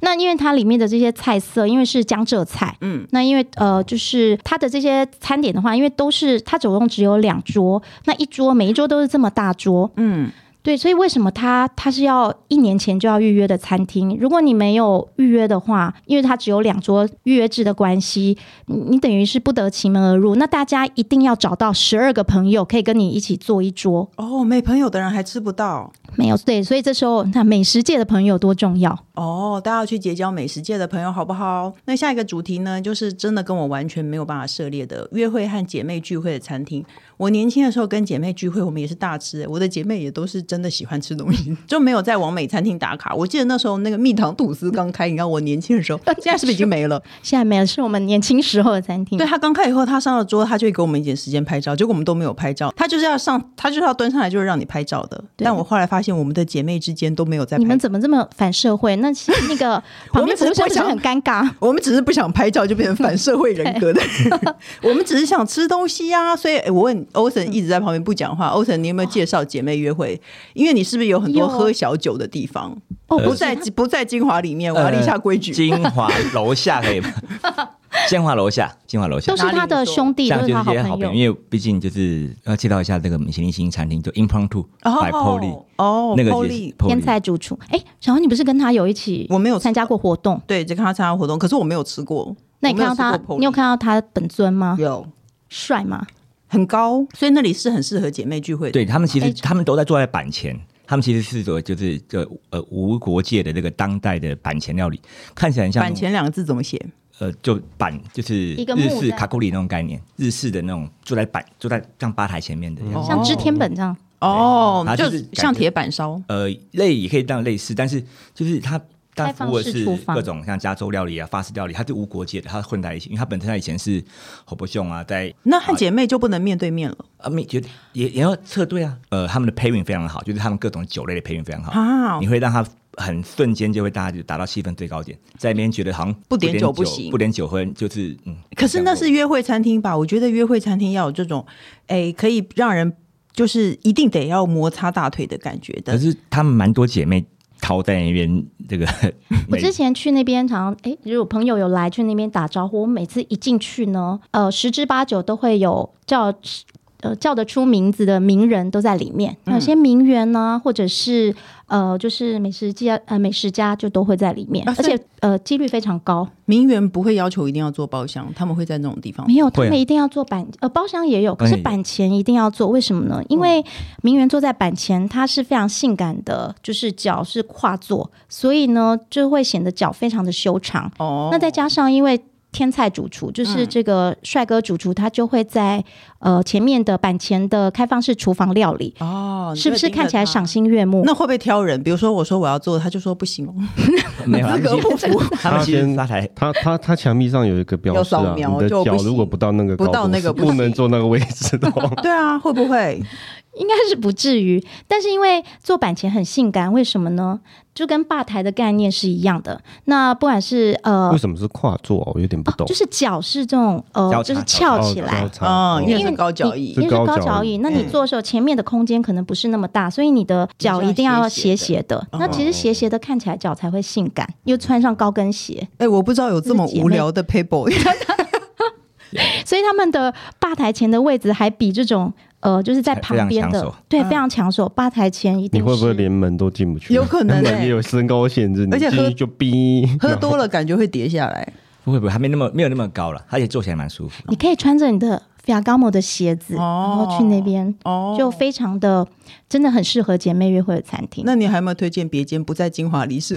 [SPEAKER 2] 那因为它里面的这些菜色，因为是江浙菜，嗯，那因为呃，就是它的这些餐点的话，因为都是它总共只有两桌，那一桌每一桌都是这么大桌，嗯。对，所以为什么它它是要一年前就要预约的餐厅？如果你没有预约的话，因为它只有两桌预约制的关系，你你等于是不得其门而入。那大家一定要找到十二个朋友可以跟你一起坐一桌，
[SPEAKER 1] 哦，没朋友的人还吃不到，
[SPEAKER 2] 没有对，所以这时候那美食界的朋友多重要。
[SPEAKER 1] 哦，大家要去结交美食界的朋友，好不好？那下一个主题呢，就是真的跟我完全没有办法涉猎的约会和姐妹聚会的餐厅。我年轻的时候跟姐妹聚会，我们也是大吃、我的姐妹也都是真的喜欢吃东西，就没有在往美餐厅打卡。我记得那时候那个蜜糖吐司刚开，你看我年轻的时候， 现在是不是已经没了？
[SPEAKER 2] 现在没有是我们年轻时候的餐厅。
[SPEAKER 1] 对他刚开以后，他上了桌，他就会给我们一点时间拍照，结果我们都没有拍照。他就是要上，他就是要端上来，就是让你拍照的。
[SPEAKER 2] 对
[SPEAKER 1] 但我后来发现，我们的姐妹之间都没有在拍
[SPEAKER 2] 你们怎么这么反社会？那其 那个
[SPEAKER 1] 我们
[SPEAKER 2] 旁边
[SPEAKER 1] 只
[SPEAKER 2] 服
[SPEAKER 1] 是
[SPEAKER 2] 务生
[SPEAKER 1] 不
[SPEAKER 2] 不是
[SPEAKER 1] 想
[SPEAKER 2] 很尴 尬？
[SPEAKER 1] 我们只是不想拍照，就变成反社会人格的 人。 我们只是想吃东西呀、所以、诶哎我问欧神一直在旁边不讲话。欧神，你有没有介绍姐妹约会？因为你是不是有很多
[SPEAKER 2] 有
[SPEAKER 1] 喝小酒的地方？
[SPEAKER 2] 哦，
[SPEAKER 1] 不
[SPEAKER 2] 不
[SPEAKER 1] 在
[SPEAKER 2] 是，
[SPEAKER 1] 不在金华里面，我要立下规矩。
[SPEAKER 3] 呃金华楼下可 以吗？金华楼下，金华楼下
[SPEAKER 2] 都是他
[SPEAKER 1] 哪里
[SPEAKER 2] 的
[SPEAKER 1] 你说
[SPEAKER 2] 兄弟，
[SPEAKER 3] 这
[SPEAKER 2] 都是
[SPEAKER 3] 样就是
[SPEAKER 2] 他
[SPEAKER 3] 一些
[SPEAKER 2] 朋
[SPEAKER 3] 好
[SPEAKER 2] 友
[SPEAKER 3] 友，。因为毕竟就是要介绍一下这个米其林星餐厅，就 Impromptu by Polly
[SPEAKER 1] 哦哦，
[SPEAKER 3] 那个
[SPEAKER 1] Polly
[SPEAKER 3] 也是 Polly
[SPEAKER 2] 天菜主厨，哎，小王，你不是跟他有一起？
[SPEAKER 1] 我没有
[SPEAKER 2] 参加过活动。
[SPEAKER 1] 对，就看他参加活动，可是我没有吃过。
[SPEAKER 2] 那你看到
[SPEAKER 1] 我
[SPEAKER 2] 他
[SPEAKER 1] 没吃过，Polly
[SPEAKER 2] 你有看到他本尊吗？
[SPEAKER 1] 有
[SPEAKER 2] 帅吗？
[SPEAKER 1] 很高，所以那里是很适合姐妹聚会的。
[SPEAKER 3] 对他们其实
[SPEAKER 2] 哎
[SPEAKER 3] 他们都在坐在板前，他们其实是所谓就是呃呃无国界的这个当代的板前料理，看起来很像
[SPEAKER 1] 板前两个字怎么写？
[SPEAKER 3] 呃就板就是
[SPEAKER 2] 一个
[SPEAKER 3] 日
[SPEAKER 2] 木
[SPEAKER 3] 式
[SPEAKER 2] 的
[SPEAKER 3] 卡库里那种概念，日式的那种坐在板坐在像吧台前面的样子。
[SPEAKER 2] 像知天本这样，
[SPEAKER 1] 哦
[SPEAKER 3] 对，它
[SPEAKER 1] 就
[SPEAKER 3] 就是
[SPEAKER 1] 像铁板烧。
[SPEAKER 3] 呃，类也可以这样类似，但是就是它它
[SPEAKER 2] 开放
[SPEAKER 3] 服务的
[SPEAKER 2] 式
[SPEAKER 3] 是
[SPEAKER 2] 厨房
[SPEAKER 3] 各种像加州料理啊、法式料理，它是无国界的，它混在一起，因为它本身它以前是火伯兄啊，在
[SPEAKER 1] 那和姐妹就不能面对面了
[SPEAKER 3] 啊没觉得也也要侧队啊，呃，他们的配运非常好，就是他们各种酒类的配运非常好，
[SPEAKER 1] 啊
[SPEAKER 3] 你！会让他很瞬间就会大家就达到气氛最高点，在那边觉得好像
[SPEAKER 1] 不点
[SPEAKER 3] 点
[SPEAKER 1] 酒
[SPEAKER 3] 不
[SPEAKER 1] 不行
[SPEAKER 3] 不点酒喝就是嗯，
[SPEAKER 1] 可是那是约会餐厅吧？我觉得约会餐厅要有这种，哎，可以让人就是一定得要摩擦大腿的感觉
[SPEAKER 3] 可
[SPEAKER 1] 的。
[SPEAKER 3] 是他们蛮多姐妹掏在那边这个
[SPEAKER 2] 我
[SPEAKER 3] 美，
[SPEAKER 2] 之前去那边常哎，如果朋友有来去那边打招呼，我每次一进去呢，呃，十之八九都会有叫呃叫得出名字的名人都在里面。那
[SPEAKER 1] 嗯
[SPEAKER 2] 有些名媛呢，或者是呃，就是美食家呃美食家就都会在里面，
[SPEAKER 1] 啊
[SPEAKER 2] 而
[SPEAKER 1] 所以哦
[SPEAKER 2] 且呃几率非常高。
[SPEAKER 1] 名媛不会要求一定要做包厢，他们会哎在那种地方
[SPEAKER 2] 没。有，他
[SPEAKER 3] 会啊
[SPEAKER 2] 们一定要做板，呃，包厢也有，可
[SPEAKER 3] 当然
[SPEAKER 2] 是
[SPEAKER 3] 也有
[SPEAKER 2] 板前一定要做，为什么呢？因
[SPEAKER 1] 哦
[SPEAKER 2] 为名媛坐在板前，她是非常性感的，就是脚是跨坐，所以呢就会显得脚非常的修长。
[SPEAKER 1] 哦，嗯
[SPEAKER 2] 那再加上因为。天菜主厨就是这个帅哥主厨，他就会在呃前面的板前的开放式厨房料理，
[SPEAKER 1] 哦，
[SPEAKER 2] 是不是看起来赏
[SPEAKER 1] 赏？
[SPEAKER 2] 心悦目？
[SPEAKER 1] 那会不会挑人？比如说我说我要做，他就说不行哦，
[SPEAKER 3] 没有他啊们其实 他们其
[SPEAKER 4] 他
[SPEAKER 3] 实
[SPEAKER 4] 先
[SPEAKER 3] 吧台
[SPEAKER 4] 他他他墙壁上有一个标示
[SPEAKER 1] 有扫
[SPEAKER 4] 啊，
[SPEAKER 1] 描
[SPEAKER 4] 你的
[SPEAKER 1] 就不
[SPEAKER 4] 脚
[SPEAKER 1] 行
[SPEAKER 4] 如果不到那个高
[SPEAKER 1] 不
[SPEAKER 4] 度，
[SPEAKER 1] 到那个
[SPEAKER 4] 是
[SPEAKER 1] 不行
[SPEAKER 4] 不能坐那个位置的哦。
[SPEAKER 1] 对啊，会不会？
[SPEAKER 2] 应该是不至于，但是因为做板前很性感，为什么呢？就跟吧台的概念是一样的。那不管是呃
[SPEAKER 4] 为，什么是跨坐啊？我有点不懂。
[SPEAKER 2] 哦就是脚是这种
[SPEAKER 3] 交
[SPEAKER 2] 呃，
[SPEAKER 3] 叉
[SPEAKER 2] 就是翘起
[SPEAKER 4] 哦
[SPEAKER 2] 来。
[SPEAKER 4] 交叉
[SPEAKER 1] 嗯，因
[SPEAKER 2] 因
[SPEAKER 1] 为
[SPEAKER 2] 为
[SPEAKER 1] 是
[SPEAKER 2] 你
[SPEAKER 1] 高脚椅
[SPEAKER 2] 因，为是
[SPEAKER 4] 是高
[SPEAKER 2] 高
[SPEAKER 4] 脚
[SPEAKER 2] 脚
[SPEAKER 4] 椅
[SPEAKER 2] 椅，那你
[SPEAKER 1] 嗯
[SPEAKER 2] 坐的时候前面的空间可能不是那么大，所以你的脚一定要斜斜的。
[SPEAKER 1] 嗯
[SPEAKER 2] 那其实斜斜的看起来脚才会性感，又穿上高跟鞋，
[SPEAKER 1] 哎、我不知道有这么无聊的 paper，
[SPEAKER 2] 所以他们的吧台前的位置还比这种呃，就是在
[SPEAKER 3] 非常
[SPEAKER 2] 旁边
[SPEAKER 3] 抢
[SPEAKER 2] 的
[SPEAKER 3] 手
[SPEAKER 2] 对
[SPEAKER 1] 嗯
[SPEAKER 2] 非常抢手。吧台前一定
[SPEAKER 4] 你会不会
[SPEAKER 2] 是
[SPEAKER 4] 连门都进不去？
[SPEAKER 1] 有可 能
[SPEAKER 4] 门
[SPEAKER 1] 欸
[SPEAKER 4] 也有身高限制，
[SPEAKER 1] 而
[SPEAKER 4] 你
[SPEAKER 1] 且
[SPEAKER 4] 进
[SPEAKER 1] 喝
[SPEAKER 4] 去就逼。
[SPEAKER 1] 喝多了感觉会跌下来。
[SPEAKER 3] 不会不会，还没那么没有那么高了，而且坐起来蛮舒服。
[SPEAKER 2] 你可以穿着你的 Ferragamo 的鞋子，
[SPEAKER 1] 哦
[SPEAKER 2] 然后去那边，
[SPEAKER 1] 哦
[SPEAKER 2] 就非常的，真的很适合姐妹约会的餐厅。
[SPEAKER 1] 那你还有没有推荐别间不在金华里是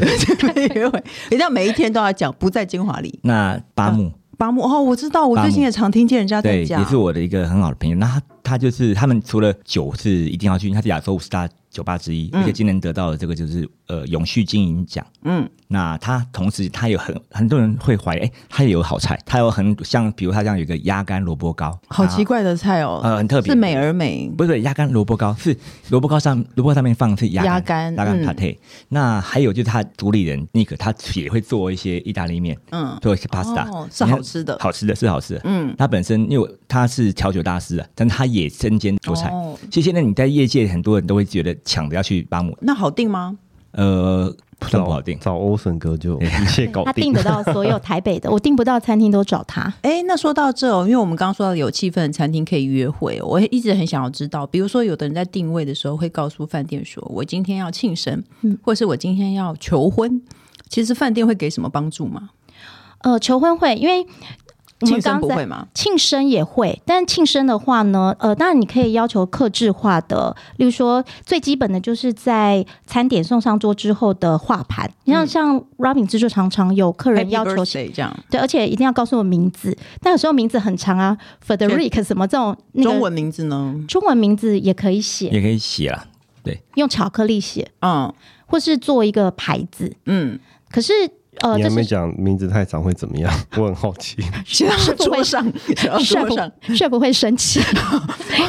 [SPEAKER 1] 约 会？一定要每一天都要讲不在金华里。
[SPEAKER 3] 那八木
[SPEAKER 1] 巴木哦，我知道，我
[SPEAKER 3] 巴
[SPEAKER 1] 最
[SPEAKER 3] 木
[SPEAKER 1] 近也常听见人家在
[SPEAKER 3] 对，
[SPEAKER 1] 讲，
[SPEAKER 3] 也是我的一个很好的朋友。那他他就是他们除了酒是一定要去，因为他是亚洲五十大酒吧之一，而且今年得到了这个就是呃永续经营奖。
[SPEAKER 1] 嗯，
[SPEAKER 3] 那他同时他有很很多人会怀疑，哎、他也有好菜，他有很像比如他这样有一个鸭肝萝卜糕，
[SPEAKER 1] 好奇
[SPEAKER 3] 怪，
[SPEAKER 1] 怪的菜哦，
[SPEAKER 3] 呃，很特别，
[SPEAKER 1] 是美而美
[SPEAKER 3] 不是不是鸭肝萝卜糕，是萝卜糕上萝卜上面放的是鸭
[SPEAKER 1] 鸭肝
[SPEAKER 3] 鸭肝
[SPEAKER 1] 嗯
[SPEAKER 3] p a t e 那还有就是他主理人 Nick，他也会做一些意大利面，
[SPEAKER 1] 嗯，
[SPEAKER 3] 做一些 pasta，、
[SPEAKER 1] 哦是好吃的
[SPEAKER 3] 好吃的是好吃的。
[SPEAKER 1] 嗯，
[SPEAKER 3] 他本身因为他是调酒大师啊，但他也身兼多菜。
[SPEAKER 1] 哦
[SPEAKER 3] 其实现在你在业界很多人都会觉得抢着要去巴姆，
[SPEAKER 1] 那好定吗？
[SPEAKER 3] 呃，不算不好
[SPEAKER 4] 找
[SPEAKER 3] 定。
[SPEAKER 4] 找欧神哥就哦一切搞
[SPEAKER 2] 他订
[SPEAKER 4] 定。
[SPEAKER 2] 得到所有台北的，我订不到餐厅都找他。
[SPEAKER 1] 哎，那说到这哦，因为我们刚刚说到有气氛的餐厅可以约会哦，我一直很想要知道，比如说有的人在定位的时候会告诉饭店说，我今天要庆生，
[SPEAKER 2] 嗯
[SPEAKER 1] 或是我今天要求婚，其实饭店会给什么帮助吗？
[SPEAKER 2] 呃，求婚会，因为我
[SPEAKER 1] 庆
[SPEAKER 2] 们
[SPEAKER 1] 生
[SPEAKER 2] 刚
[SPEAKER 1] 不
[SPEAKER 2] 在
[SPEAKER 1] 会吗？
[SPEAKER 2] 庆生也会，但庆生的话呢，呃，当然你可以要求克制化的，例如说最基本的就是在餐点送上桌之后的画盘，你像、像 Robin 制作常常有客人
[SPEAKER 1] Happy
[SPEAKER 2] 要求
[SPEAKER 1] birthday 这样，
[SPEAKER 2] 对，而且一定要告诉我名字，但有时候名字很长啊，Frederick 什么这种那个
[SPEAKER 1] 中文名字呢？
[SPEAKER 2] 中文名字也可以写，
[SPEAKER 3] 也可以写啦。
[SPEAKER 2] 用巧克力写，
[SPEAKER 1] 嗯
[SPEAKER 2] 或是做一个牌子。
[SPEAKER 1] 嗯，
[SPEAKER 2] 可是呃，
[SPEAKER 4] 你
[SPEAKER 2] 这
[SPEAKER 4] 还没
[SPEAKER 2] 是
[SPEAKER 4] 讲名字太长会怎么样？ 我很好奇。
[SPEAKER 1] 写到
[SPEAKER 2] 是不会
[SPEAKER 1] 桌上，写到桌上，
[SPEAKER 2] chef chef 会生气，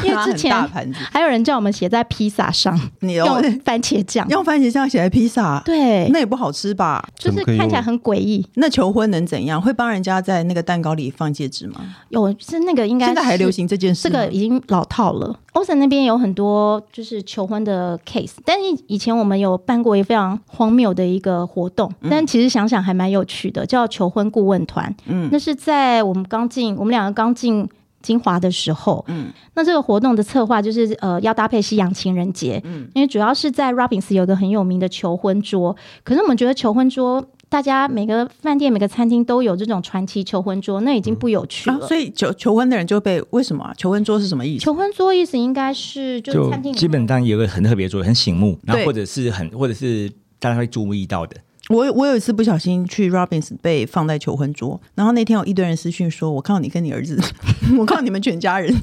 [SPEAKER 2] 因为
[SPEAKER 1] 拿很
[SPEAKER 2] 之
[SPEAKER 1] 大
[SPEAKER 2] 前
[SPEAKER 1] 盘子，
[SPEAKER 2] 还有人叫我们写在披萨上，
[SPEAKER 1] 你用
[SPEAKER 2] 用番茄酱。
[SPEAKER 1] 用番茄酱写的披萨，
[SPEAKER 2] 对，
[SPEAKER 1] 那也不好吃吧？
[SPEAKER 2] 就
[SPEAKER 4] 怎么
[SPEAKER 2] 是
[SPEAKER 4] 可以
[SPEAKER 2] 看起来
[SPEAKER 4] 用
[SPEAKER 2] 很诡异。
[SPEAKER 1] 那求婚能怎样？会帮人家在那个蛋糕里放戒指吗？
[SPEAKER 2] 有是那个应该
[SPEAKER 1] 现在还
[SPEAKER 2] 是
[SPEAKER 1] 流行这件事
[SPEAKER 2] 这
[SPEAKER 1] 吗？
[SPEAKER 2] 个已经老套了。欧森那边有很多就是求婚的 case，但是以前我们有办过一个非常荒谬的一个活动，
[SPEAKER 1] 嗯
[SPEAKER 2] 但其实想想还蛮有趣的，叫求婚顾问团。嗯，那是在我们刚进，我们两个刚进。金华的时候，嗯，那这个活动的策划就是呃要搭配西洋情人节，嗯，因为主要是在 Robins 有一个很有名的求婚桌，可是我们觉得求婚桌，大家每个饭店每个餐厅都有这种传奇求婚桌，那已经不有趣了，
[SPEAKER 1] 啊，所以求求婚的人就被为什么、啊？求婚桌是什么意思？
[SPEAKER 2] 求婚桌意思应该是就是
[SPEAKER 3] 就
[SPEAKER 2] 餐厅里
[SPEAKER 3] 基本上有一个很特别的作用，很醒目，然后
[SPEAKER 1] 对
[SPEAKER 3] 或者是很或者是大家会注意到的。
[SPEAKER 1] 我我有一次不小心去 Robins 被放在求婚桌，然后那天有一堆人私讯说，我看到你跟你儿子， 我看到你们全家 人，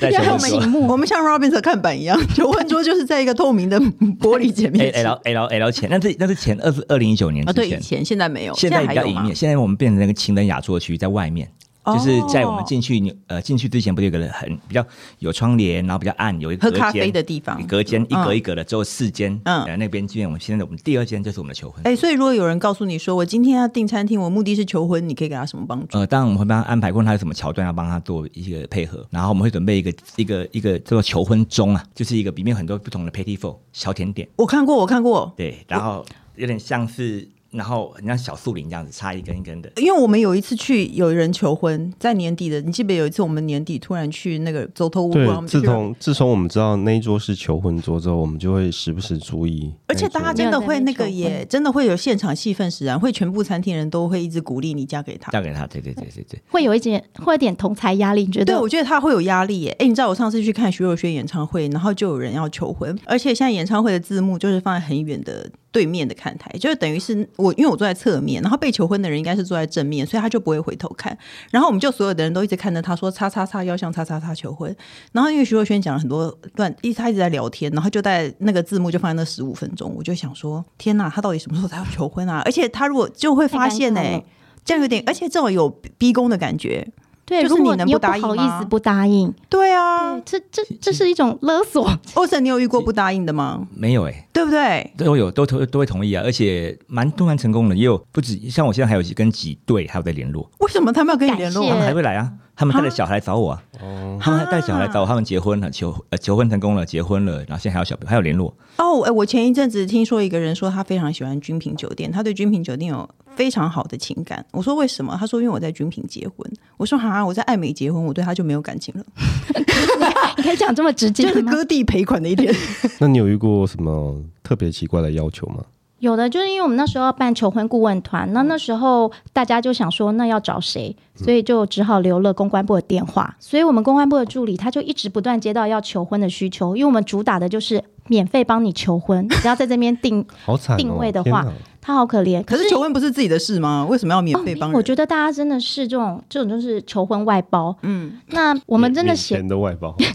[SPEAKER 3] 在
[SPEAKER 2] 要
[SPEAKER 3] 求
[SPEAKER 2] 用
[SPEAKER 3] 婚桌
[SPEAKER 2] 醒目
[SPEAKER 1] 我们像 Robins 的看板一样，求婚桌就是在一个透明的玻璃前面
[SPEAKER 3] L L L 前，那是那是前二是二零一九年
[SPEAKER 1] 啊，
[SPEAKER 3] 之
[SPEAKER 1] 对，以
[SPEAKER 3] 哎前，
[SPEAKER 1] 前现在没有，
[SPEAKER 3] 现
[SPEAKER 1] 在
[SPEAKER 3] 在
[SPEAKER 1] 还
[SPEAKER 3] 比较
[SPEAKER 1] 有
[SPEAKER 3] 隐
[SPEAKER 1] 吗
[SPEAKER 3] 面，？现在我们变成那个情人雅座区，在外面。
[SPEAKER 1] 哦
[SPEAKER 3] 就是在我们进去你呃进去之前，不是有个很比较有窗帘，然后比较暗，有一个
[SPEAKER 1] 喝
[SPEAKER 3] 隔
[SPEAKER 1] 咖
[SPEAKER 3] 间
[SPEAKER 1] 啡的地方
[SPEAKER 3] 隔间一
[SPEAKER 1] 嗯
[SPEAKER 3] 格一格的，只有四间。
[SPEAKER 1] 嗯
[SPEAKER 3] 嗯，那边今天我们现在我们第二间就是我们的求婚。
[SPEAKER 1] 哎、所以如果有人告诉你说我今天要订餐厅，我目的是求婚，你可以给他什么帮助？
[SPEAKER 3] 呃，当然我们会帮他安排，问他有什么桥段要帮他做一些配合，然后我们会准备一个一个一个叫做求婚钟啊，就是一个里面有很多不同的 petty f o r 小甜点，
[SPEAKER 1] 我看过，我看过，
[SPEAKER 3] 对，然后有点像是，然后很像小树林这样子插一根一根的，
[SPEAKER 1] 因为我们有一次去有人求婚，在年底的，你记不记得有一次我们年底突然去那个走投无 路，
[SPEAKER 4] 对
[SPEAKER 1] 然后我，们就
[SPEAKER 4] 自
[SPEAKER 1] 去
[SPEAKER 4] 从自从我们知道那一桌是求婚桌之后，我们就会时不时注意那
[SPEAKER 1] 而
[SPEAKER 4] 一桌。
[SPEAKER 1] 且大家真的会那个也真的会有现场气氛使然，会全部餐厅人都会一直鼓励你嫁给他。
[SPEAKER 3] 交给他，对对对对对，
[SPEAKER 2] 会有一点会有点同财压力，你觉得？
[SPEAKER 1] 对，啊我觉得他会有压力耶。哎，你知道我上次去看徐若瑄演唱会，然后就有人要求婚，而且现在演唱会的字幕就是放在很远的对面的看台，就是等于是我，因为我坐在侧面，然后被求婚的人应该是坐在正面，所以他就不会回头看。然后我们就所有的人都一直看着他说“叉叉叉要向叉叉叉求婚”，然后因为徐若瑄讲了很多段，一他一直在聊天，然后就在那个字幕就放在那十五分钟，我就想说天呐，他到底什么时候才要求婚啊？而 且他如果就会发现欸呢、
[SPEAKER 2] 太尴尬了
[SPEAKER 1] 这样有点，而且这种有逼宫的感觉，
[SPEAKER 2] 对，
[SPEAKER 1] 就是
[SPEAKER 2] 如果
[SPEAKER 1] 你能
[SPEAKER 2] 你又
[SPEAKER 1] 不答应
[SPEAKER 2] 好意
[SPEAKER 1] 吗
[SPEAKER 2] 思不答应，
[SPEAKER 1] 对啊，
[SPEAKER 2] 这这这是一种勒索。
[SPEAKER 1] 欧森，你有遇过不答应的吗？
[SPEAKER 3] 没有哎、
[SPEAKER 1] 对不对？
[SPEAKER 3] 都有都都都会同意啊，而且蛮都蛮成功的，也有不止，像我现在还有跟几对还有在联络，
[SPEAKER 1] 为什么他们要跟你联
[SPEAKER 2] 感
[SPEAKER 3] 他
[SPEAKER 2] 谢
[SPEAKER 1] 络？
[SPEAKER 3] 们还会来啊，他们带着小孩来找我啊，他们还带小孩来找我，他们结婚了，求呃求婚成功了，结婚了，然后现在还有小还有联络，
[SPEAKER 1] 哦，哎，我前一阵子听说一个人说他非常喜欢君品酒店，他对君品酒店有非常好的情感。我说为什么？他说因为我在君品结婚。我说哈，我在爱美结婚，我对他就没有感情了，
[SPEAKER 2] 你可以讲这么直
[SPEAKER 1] 就
[SPEAKER 2] 接
[SPEAKER 1] 是
[SPEAKER 2] 吗？
[SPEAKER 1] 割地赔款的一 天。
[SPEAKER 4] 那你有遇过什么特别奇怪的要求吗？
[SPEAKER 2] 有的就是因为我们那时候要办求婚顾问团，
[SPEAKER 1] 嗯
[SPEAKER 2] 那那时候大家就想说那要找谁，所以就只好留了公关部的电话。所以我们公关部的助理他就一直不断接到要求婚的需求，因为我们主打的就是免费帮你 求婚，只要在这边订，
[SPEAKER 4] 好惨、哦！
[SPEAKER 2] 定位的话
[SPEAKER 4] 天哪
[SPEAKER 2] 他好可怜。
[SPEAKER 1] 可是求婚不是自己的事吗？为什么要免费帮人？
[SPEAKER 2] 哦我觉得大家真的是这种这种就是求婚外包，嗯，那我们真的
[SPEAKER 4] 免
[SPEAKER 2] 写
[SPEAKER 4] 钱的外 包，
[SPEAKER 2] 对，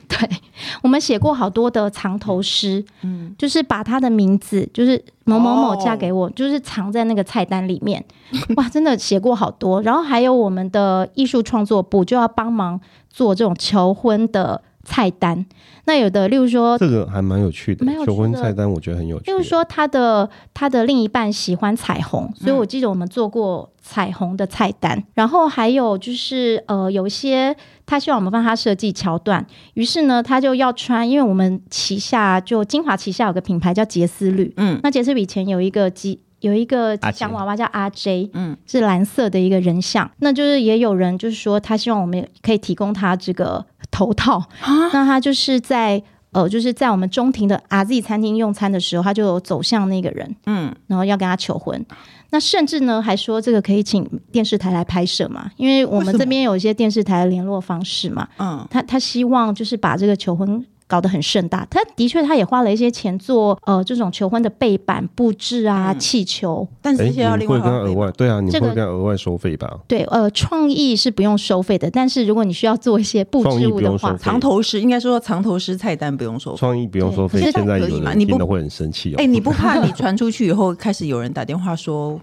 [SPEAKER 2] 我们写过好多的藏头诗，嗯，哦就是把他的名字，就是某某某嫁给我，就是藏在那个菜单里面。 哇，真的写过好多。然后还有我们的艺术创作部就要帮忙做这种求婚的菜单。那有的，例如说
[SPEAKER 4] 这个还蛮有趣的
[SPEAKER 2] 哦蛮有。趣的
[SPEAKER 4] 求婚菜单我觉得很有趣。
[SPEAKER 2] 例如说他的他的另一半喜欢彩虹，所以我记得我们做过彩虹的菜单，然后还有就是呃有一些他希望我们帮他设计桥段，于是呢他就要穿，因为我们旗下就金华旗下有个品牌叫杰斯绿，
[SPEAKER 1] 嗯
[SPEAKER 2] 嗯，那杰斯绿以前有一个吉有一个吉祥娃娃叫阿 J，嗯，是蓝色的一个人像，那就是也有人就是说他希望我们可以提供他这个头套，那他就是在呃，就是在我们中庭的 RZ 餐厅用餐的时候，他就走向那个人，
[SPEAKER 1] 嗯，
[SPEAKER 2] 然后要跟他求婚。那甚至呢，还说这个可以请电视台来拍摄嘛，因为我
[SPEAKER 1] 为什
[SPEAKER 2] 们
[SPEAKER 1] 么
[SPEAKER 2] 这边有一些电视台的联络方式嘛。
[SPEAKER 1] 嗯，
[SPEAKER 2] 他他希望就是把这个求婚搞得很盛大。他的确，他也花了一些钱做呃这种求婚的背板布置啊、气球。
[SPEAKER 1] 但
[SPEAKER 4] 哎，
[SPEAKER 1] 是
[SPEAKER 4] 你
[SPEAKER 1] 这些要
[SPEAKER 4] 们
[SPEAKER 1] 另
[SPEAKER 4] 会
[SPEAKER 1] 外
[SPEAKER 4] 跟他额外对啊，你们
[SPEAKER 2] 这个
[SPEAKER 4] 会跟他额外收费吧？
[SPEAKER 2] 对，呃，创意是不用收费的，但是如果你需要做一些布
[SPEAKER 4] 创意
[SPEAKER 2] 置物
[SPEAKER 4] 不
[SPEAKER 2] 的
[SPEAKER 4] 用收
[SPEAKER 2] 话
[SPEAKER 4] 费，
[SPEAKER 1] 藏头诗，应该说藏头诗菜单不用收费。
[SPEAKER 4] 创意不用收费
[SPEAKER 2] 对可，是
[SPEAKER 4] 现在有
[SPEAKER 1] 可以嘛
[SPEAKER 4] 人
[SPEAKER 1] 你不
[SPEAKER 4] 听了会很生气哦。
[SPEAKER 1] 哎、你不怕你传出去以后，开始有人打电话说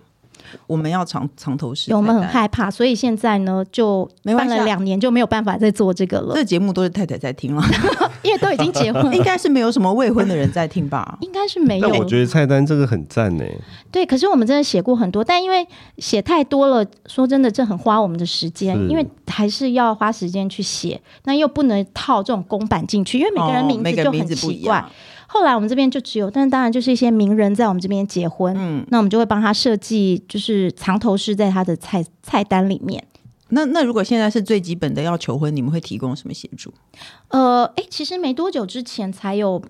[SPEAKER 1] 我们要藏藏头诗？
[SPEAKER 2] 有我们很，害怕，所以现在呢就
[SPEAKER 1] 没关
[SPEAKER 2] 办
[SPEAKER 1] 系啊
[SPEAKER 2] 了两年就没有办法再做这个了，
[SPEAKER 1] 这节目都是太太在听 了，
[SPEAKER 2] 因为都已经结婚
[SPEAKER 1] 应
[SPEAKER 2] 了。
[SPEAKER 1] 该是没有什么未婚的人在听吧？
[SPEAKER 2] 应该是 没有
[SPEAKER 4] 但我觉得菜单这个很赞呢，
[SPEAKER 2] 对，可是我们真的写过很多，但因为写太多了，说真的，这很花我们的时间
[SPEAKER 4] 是，
[SPEAKER 2] 因为还是要花时间去写，那又不能套这种公版进去，因为 每个人
[SPEAKER 1] 哦
[SPEAKER 2] 名
[SPEAKER 1] 每
[SPEAKER 2] 字
[SPEAKER 1] 个
[SPEAKER 2] 就
[SPEAKER 1] 名
[SPEAKER 2] 很
[SPEAKER 1] 字不一
[SPEAKER 2] 奇怪。
[SPEAKER 1] 样。
[SPEAKER 2] 后来我们这边就只有，但当然就是一些名人在我们这边结婚，
[SPEAKER 1] 嗯，
[SPEAKER 2] 那我们就会帮他设计，就是藏头诗在他的菜菜单里面。
[SPEAKER 1] 那那如果现在是最基本的要求婚，你们会提供什么协助？
[SPEAKER 2] 呃，哎，其实没多久之前才有，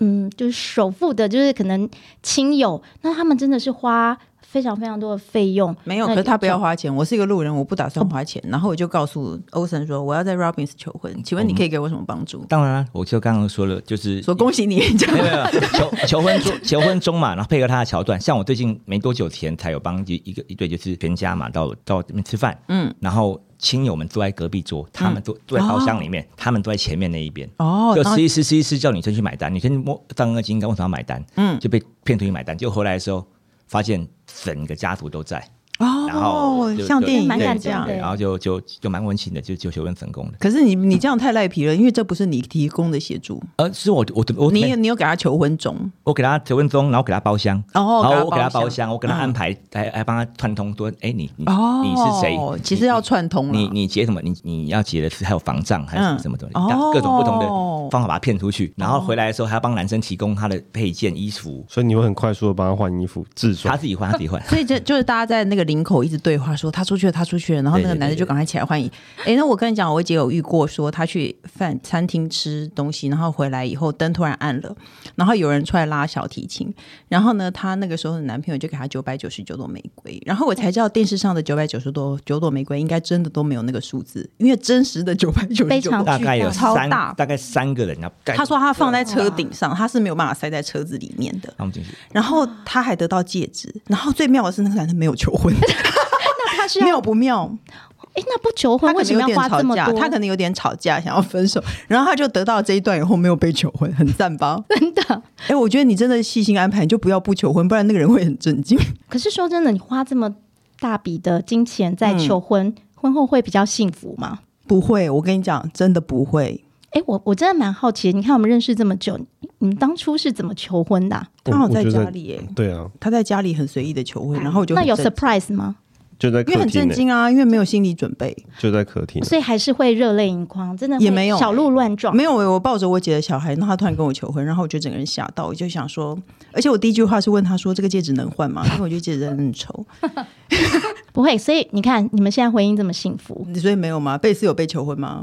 [SPEAKER 2] 嗯，就是首付的，就是可能亲友，那他们真的是花非常非常多的费用，
[SPEAKER 1] 没有，
[SPEAKER 2] 那
[SPEAKER 1] 可是他不要
[SPEAKER 2] 就
[SPEAKER 1] 花钱。我是一个路人，我不打算花钱。然后我就告诉欧森说，我要在 Robbins 求婚，请问你可
[SPEAKER 3] 嗯
[SPEAKER 1] 以给我什么帮助？
[SPEAKER 3] 当然、啊，我就刚刚说了，就是
[SPEAKER 1] 说恭喜你，这
[SPEAKER 3] 没有没
[SPEAKER 1] 样
[SPEAKER 3] 有求求婚中求婚中嘛，然后配合他的桥段，像我最近没多久前才有帮一一个一对就是全家嘛到到那边吃饭，
[SPEAKER 1] 嗯，
[SPEAKER 3] 然后亲友们坐在隔壁桌，他们坐、坐在包厢里面，他们坐在前面那一边。
[SPEAKER 1] 哦
[SPEAKER 3] 就
[SPEAKER 1] 然后
[SPEAKER 3] 吃一吃吃一吃，叫女生去买单，女生摸当个金刚为什么要买单？
[SPEAKER 1] 嗯
[SPEAKER 3] 就被骗出去买单，就回来的时候发现整个家族都在，然后
[SPEAKER 1] 哦
[SPEAKER 3] 就，
[SPEAKER 1] 像电影
[SPEAKER 2] 蛮
[SPEAKER 1] 院
[SPEAKER 2] 感
[SPEAKER 1] 这
[SPEAKER 2] 动
[SPEAKER 1] 样
[SPEAKER 2] 的。
[SPEAKER 3] 对，然后就就就蛮温馨的，就就求婚成功了。
[SPEAKER 1] 可是你你这样太赖皮了，因为这不是你提供的协助，
[SPEAKER 3] 呃，是我我我
[SPEAKER 1] 你有你有给他求婚钟，
[SPEAKER 3] 我给他求婚中，然后给他包厢，
[SPEAKER 1] 哦
[SPEAKER 3] 然
[SPEAKER 1] 给他
[SPEAKER 3] 后我给他
[SPEAKER 1] 包厢嗯
[SPEAKER 3] 包厢，我给他安排，还还帮他串通说，哎，你你
[SPEAKER 1] 哦，
[SPEAKER 3] 你是谁？
[SPEAKER 1] 其实要串通
[SPEAKER 3] 你
[SPEAKER 1] 了，
[SPEAKER 3] 你结什么？你你要结的是还有房账还是什么
[SPEAKER 1] 嗯
[SPEAKER 3] 什么的，
[SPEAKER 1] 哦
[SPEAKER 3] 各种不同的方法把他骗出去，然后回来的时候还要帮男生提供他的配件、衣服，
[SPEAKER 4] 所以你会很快速的帮他换衣服，
[SPEAKER 3] 他
[SPEAKER 4] 自爽。
[SPEAKER 3] 自己换，他自己换。
[SPEAKER 1] 所以 这就是大家在那个林口一直对话说他出去了，他出去了，然后那个
[SPEAKER 3] 对对
[SPEAKER 1] 男的
[SPEAKER 3] 对
[SPEAKER 1] 就赶快起来换衣。哎，那我跟你讲，我姐有遇过，说她去饭餐厅吃东西，然后回来以后灯突然暗了，然后有人出来拉小提琴，然后呢，她那个时候的男朋友就给她九百九十九朵玫瑰，然后我才知道电视上的九百九十朵九朵玫瑰应该真的都没有那个数字，因为真实的九百九十
[SPEAKER 2] 非
[SPEAKER 1] 九
[SPEAKER 2] 常
[SPEAKER 3] 大概有
[SPEAKER 1] 超
[SPEAKER 3] 三，
[SPEAKER 1] 大
[SPEAKER 3] 大概三个人要盖。
[SPEAKER 1] 他说他放在车顶上，他是没有办法塞在车子里面的。
[SPEAKER 3] 让我们进去，
[SPEAKER 1] 然后他还得到戒指，然后最妙的是那个男的没有求婚，
[SPEAKER 2] 他 是要
[SPEAKER 1] 妙不妙？
[SPEAKER 2] 哎，那不求
[SPEAKER 1] 他
[SPEAKER 2] 婚
[SPEAKER 1] 可
[SPEAKER 2] 为什
[SPEAKER 1] 能
[SPEAKER 2] 么
[SPEAKER 1] 有
[SPEAKER 2] 要
[SPEAKER 1] 点
[SPEAKER 2] 花
[SPEAKER 1] 吵
[SPEAKER 2] 这么
[SPEAKER 1] 架，
[SPEAKER 2] 多？
[SPEAKER 1] 他可能有点吵架，想要分手，然后他就得到这一段以后没有被求婚，很赞吧？
[SPEAKER 2] 真的。
[SPEAKER 1] 哎，我觉得你真的细心安排，你就不要不求婚，不然那个人会很震惊。
[SPEAKER 2] 可是说真的，你花这么大笔的金钱在
[SPEAKER 1] 嗯
[SPEAKER 2] 求婚，婚后会比较幸福吗？
[SPEAKER 1] 不会，我跟你讲，真的不会。
[SPEAKER 2] 哎，我我真的蛮好奇，你看我们认识这么久，你你们当初是怎么求婚的啊、
[SPEAKER 4] 我
[SPEAKER 1] 刚好
[SPEAKER 4] 我
[SPEAKER 1] 在
[SPEAKER 4] 觉
[SPEAKER 1] 家
[SPEAKER 4] 得
[SPEAKER 1] 里耶
[SPEAKER 4] 对啊，
[SPEAKER 1] 他在家里很随意的求婚，然后我就
[SPEAKER 2] 哎那
[SPEAKER 1] 很
[SPEAKER 2] 有
[SPEAKER 1] 震惊
[SPEAKER 2] surprise 吗？
[SPEAKER 4] 就在
[SPEAKER 1] 因为
[SPEAKER 4] 客
[SPEAKER 1] 很
[SPEAKER 4] 厅
[SPEAKER 1] 震
[SPEAKER 4] 呢，
[SPEAKER 1] 惊啊，因为没有心理准备。
[SPEAKER 4] 就在客厅呢。
[SPEAKER 2] 所以还是会热泪盈眶，真的会
[SPEAKER 1] 也没有
[SPEAKER 2] 小鹿乱撞，
[SPEAKER 1] 没有，我抱着我姐的小孩，然后她突然跟我求婚，然后我就整个人吓到，我就想说，而且我第一句话是问她说这个戒指能换吗？因为我觉得戒指真的很丑，
[SPEAKER 2] 不会。所以你看，你们现在婚姻这么幸福，
[SPEAKER 1] 所以没有吗？贝斯有被求婚吗？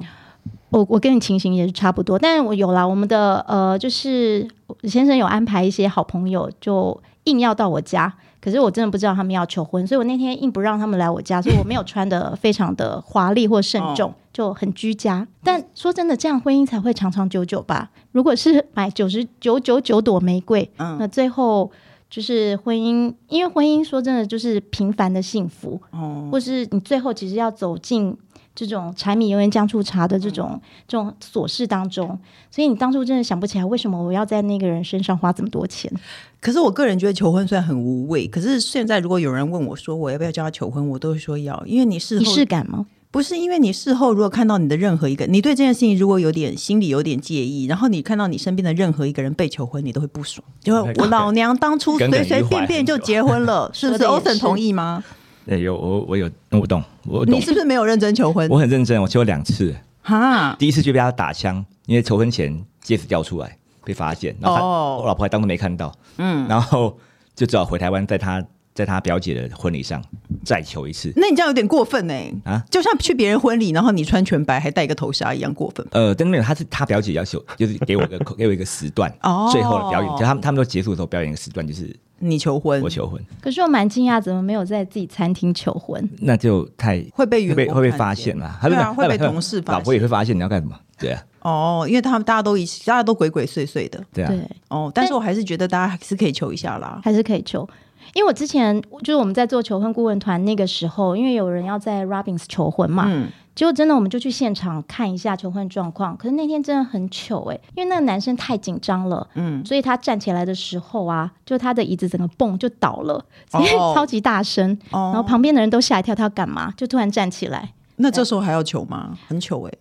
[SPEAKER 2] 我我跟你情形也是差不多，但是我有啦，我们的呃，就是我先生有安排一些好朋友，就硬要到我家，可是我真的不知道他们要求婚，所以我那天硬不让他们来我家，所以我没有穿的非常的华丽或
[SPEAKER 1] 哦
[SPEAKER 2] 慎重，就很居家。但说真的，这样婚姻才会长长久久吧。如果是 买九十九九九朵玫瑰，
[SPEAKER 1] 嗯
[SPEAKER 2] 那最后就是婚姻，因为婚姻说真的就是平凡的幸福，
[SPEAKER 1] 哦，
[SPEAKER 2] 或是你最后其实要走进这种柴米油盐酱醋茶的这种、这种琐事当中，所以你当初真的想不起来为什么我要在那个人身上花这么多钱。
[SPEAKER 1] 可是我个人觉得求婚虽然很无味，可是现在如果有人问我说我要不要叫他求婚，我都会说要，因为你事
[SPEAKER 2] 仪
[SPEAKER 1] 后
[SPEAKER 2] 式感吗？
[SPEAKER 1] 不是因为你事后如果看到你的任何一个，你对这件事情如果有点心里有点介意，然后你看到你身边的任何一个人被求婚，你都会不爽，因为我老娘当初
[SPEAKER 3] 耿耿于
[SPEAKER 1] 随
[SPEAKER 3] 怀
[SPEAKER 1] 随便便就结婚 了，是不是
[SPEAKER 2] 说得也
[SPEAKER 1] ？Ocean
[SPEAKER 2] 是
[SPEAKER 1] 啊同意吗？
[SPEAKER 3] 对，哎有我我有我懂，我懂
[SPEAKER 1] 你，是不是没有认真求婚？
[SPEAKER 3] 我很认真，我求了两次，
[SPEAKER 1] 哈，
[SPEAKER 3] 第一次就被他打枪，因为求婚前戒指掉出来被发现，然后他、
[SPEAKER 1] 哦
[SPEAKER 3] 我老婆还当做没看到，嗯，然后就只好回台湾，在他在他表姐的婚礼上再求一次。
[SPEAKER 1] 那你这样有点过分哎、
[SPEAKER 3] 啊
[SPEAKER 1] 就像去别人婚礼，然后你穿全白还戴一个头纱一样过分吧。
[SPEAKER 3] 呃，但没有，他是他表姐要求，就是给我一个 给我一个时段，
[SPEAKER 1] 哦
[SPEAKER 3] 最后的表演，就他们他们都结束的时候表演一个时段，就是
[SPEAKER 1] 你求婚，
[SPEAKER 3] 我求婚，
[SPEAKER 1] 嗯
[SPEAKER 2] 可是我蛮惊讶，怎么没有在自己餐厅求婚？
[SPEAKER 3] 那就太
[SPEAKER 1] 会被员
[SPEAKER 3] 会被
[SPEAKER 1] 工
[SPEAKER 3] 会被
[SPEAKER 1] 看
[SPEAKER 3] 发
[SPEAKER 1] 见
[SPEAKER 3] 现了，
[SPEAKER 1] 对啊
[SPEAKER 3] 他
[SPEAKER 1] 会被
[SPEAKER 3] 他
[SPEAKER 1] 同事发
[SPEAKER 3] 老婆也会发现你要干什么，对啊，
[SPEAKER 1] 哦，因为他们大家都一起，大家都鬼鬼祟祟的
[SPEAKER 3] 对啊，
[SPEAKER 2] 对，
[SPEAKER 1] 哦，但是我还是觉得大家还是可以求一下啦。
[SPEAKER 2] 还是可以求。因为我之前就是我们在做求婚顾问团那个时候，因为有人要在 Robbins 求婚嘛，
[SPEAKER 1] 嗯，
[SPEAKER 2] 结果真的我们就去现场看一下求婚状况。可是那天真的很糗哎、因为那个男生太紧张了，
[SPEAKER 1] 嗯
[SPEAKER 2] 嗯，所以他站起来的时候啊，就他的椅子整个蹦就倒了，所以
[SPEAKER 1] 哦
[SPEAKER 2] 超级大声，
[SPEAKER 1] 哦
[SPEAKER 2] 然后旁边的人都吓一跳，他要干嘛？就突然站起来，
[SPEAKER 1] 那这时候还要求吗？很糗哎、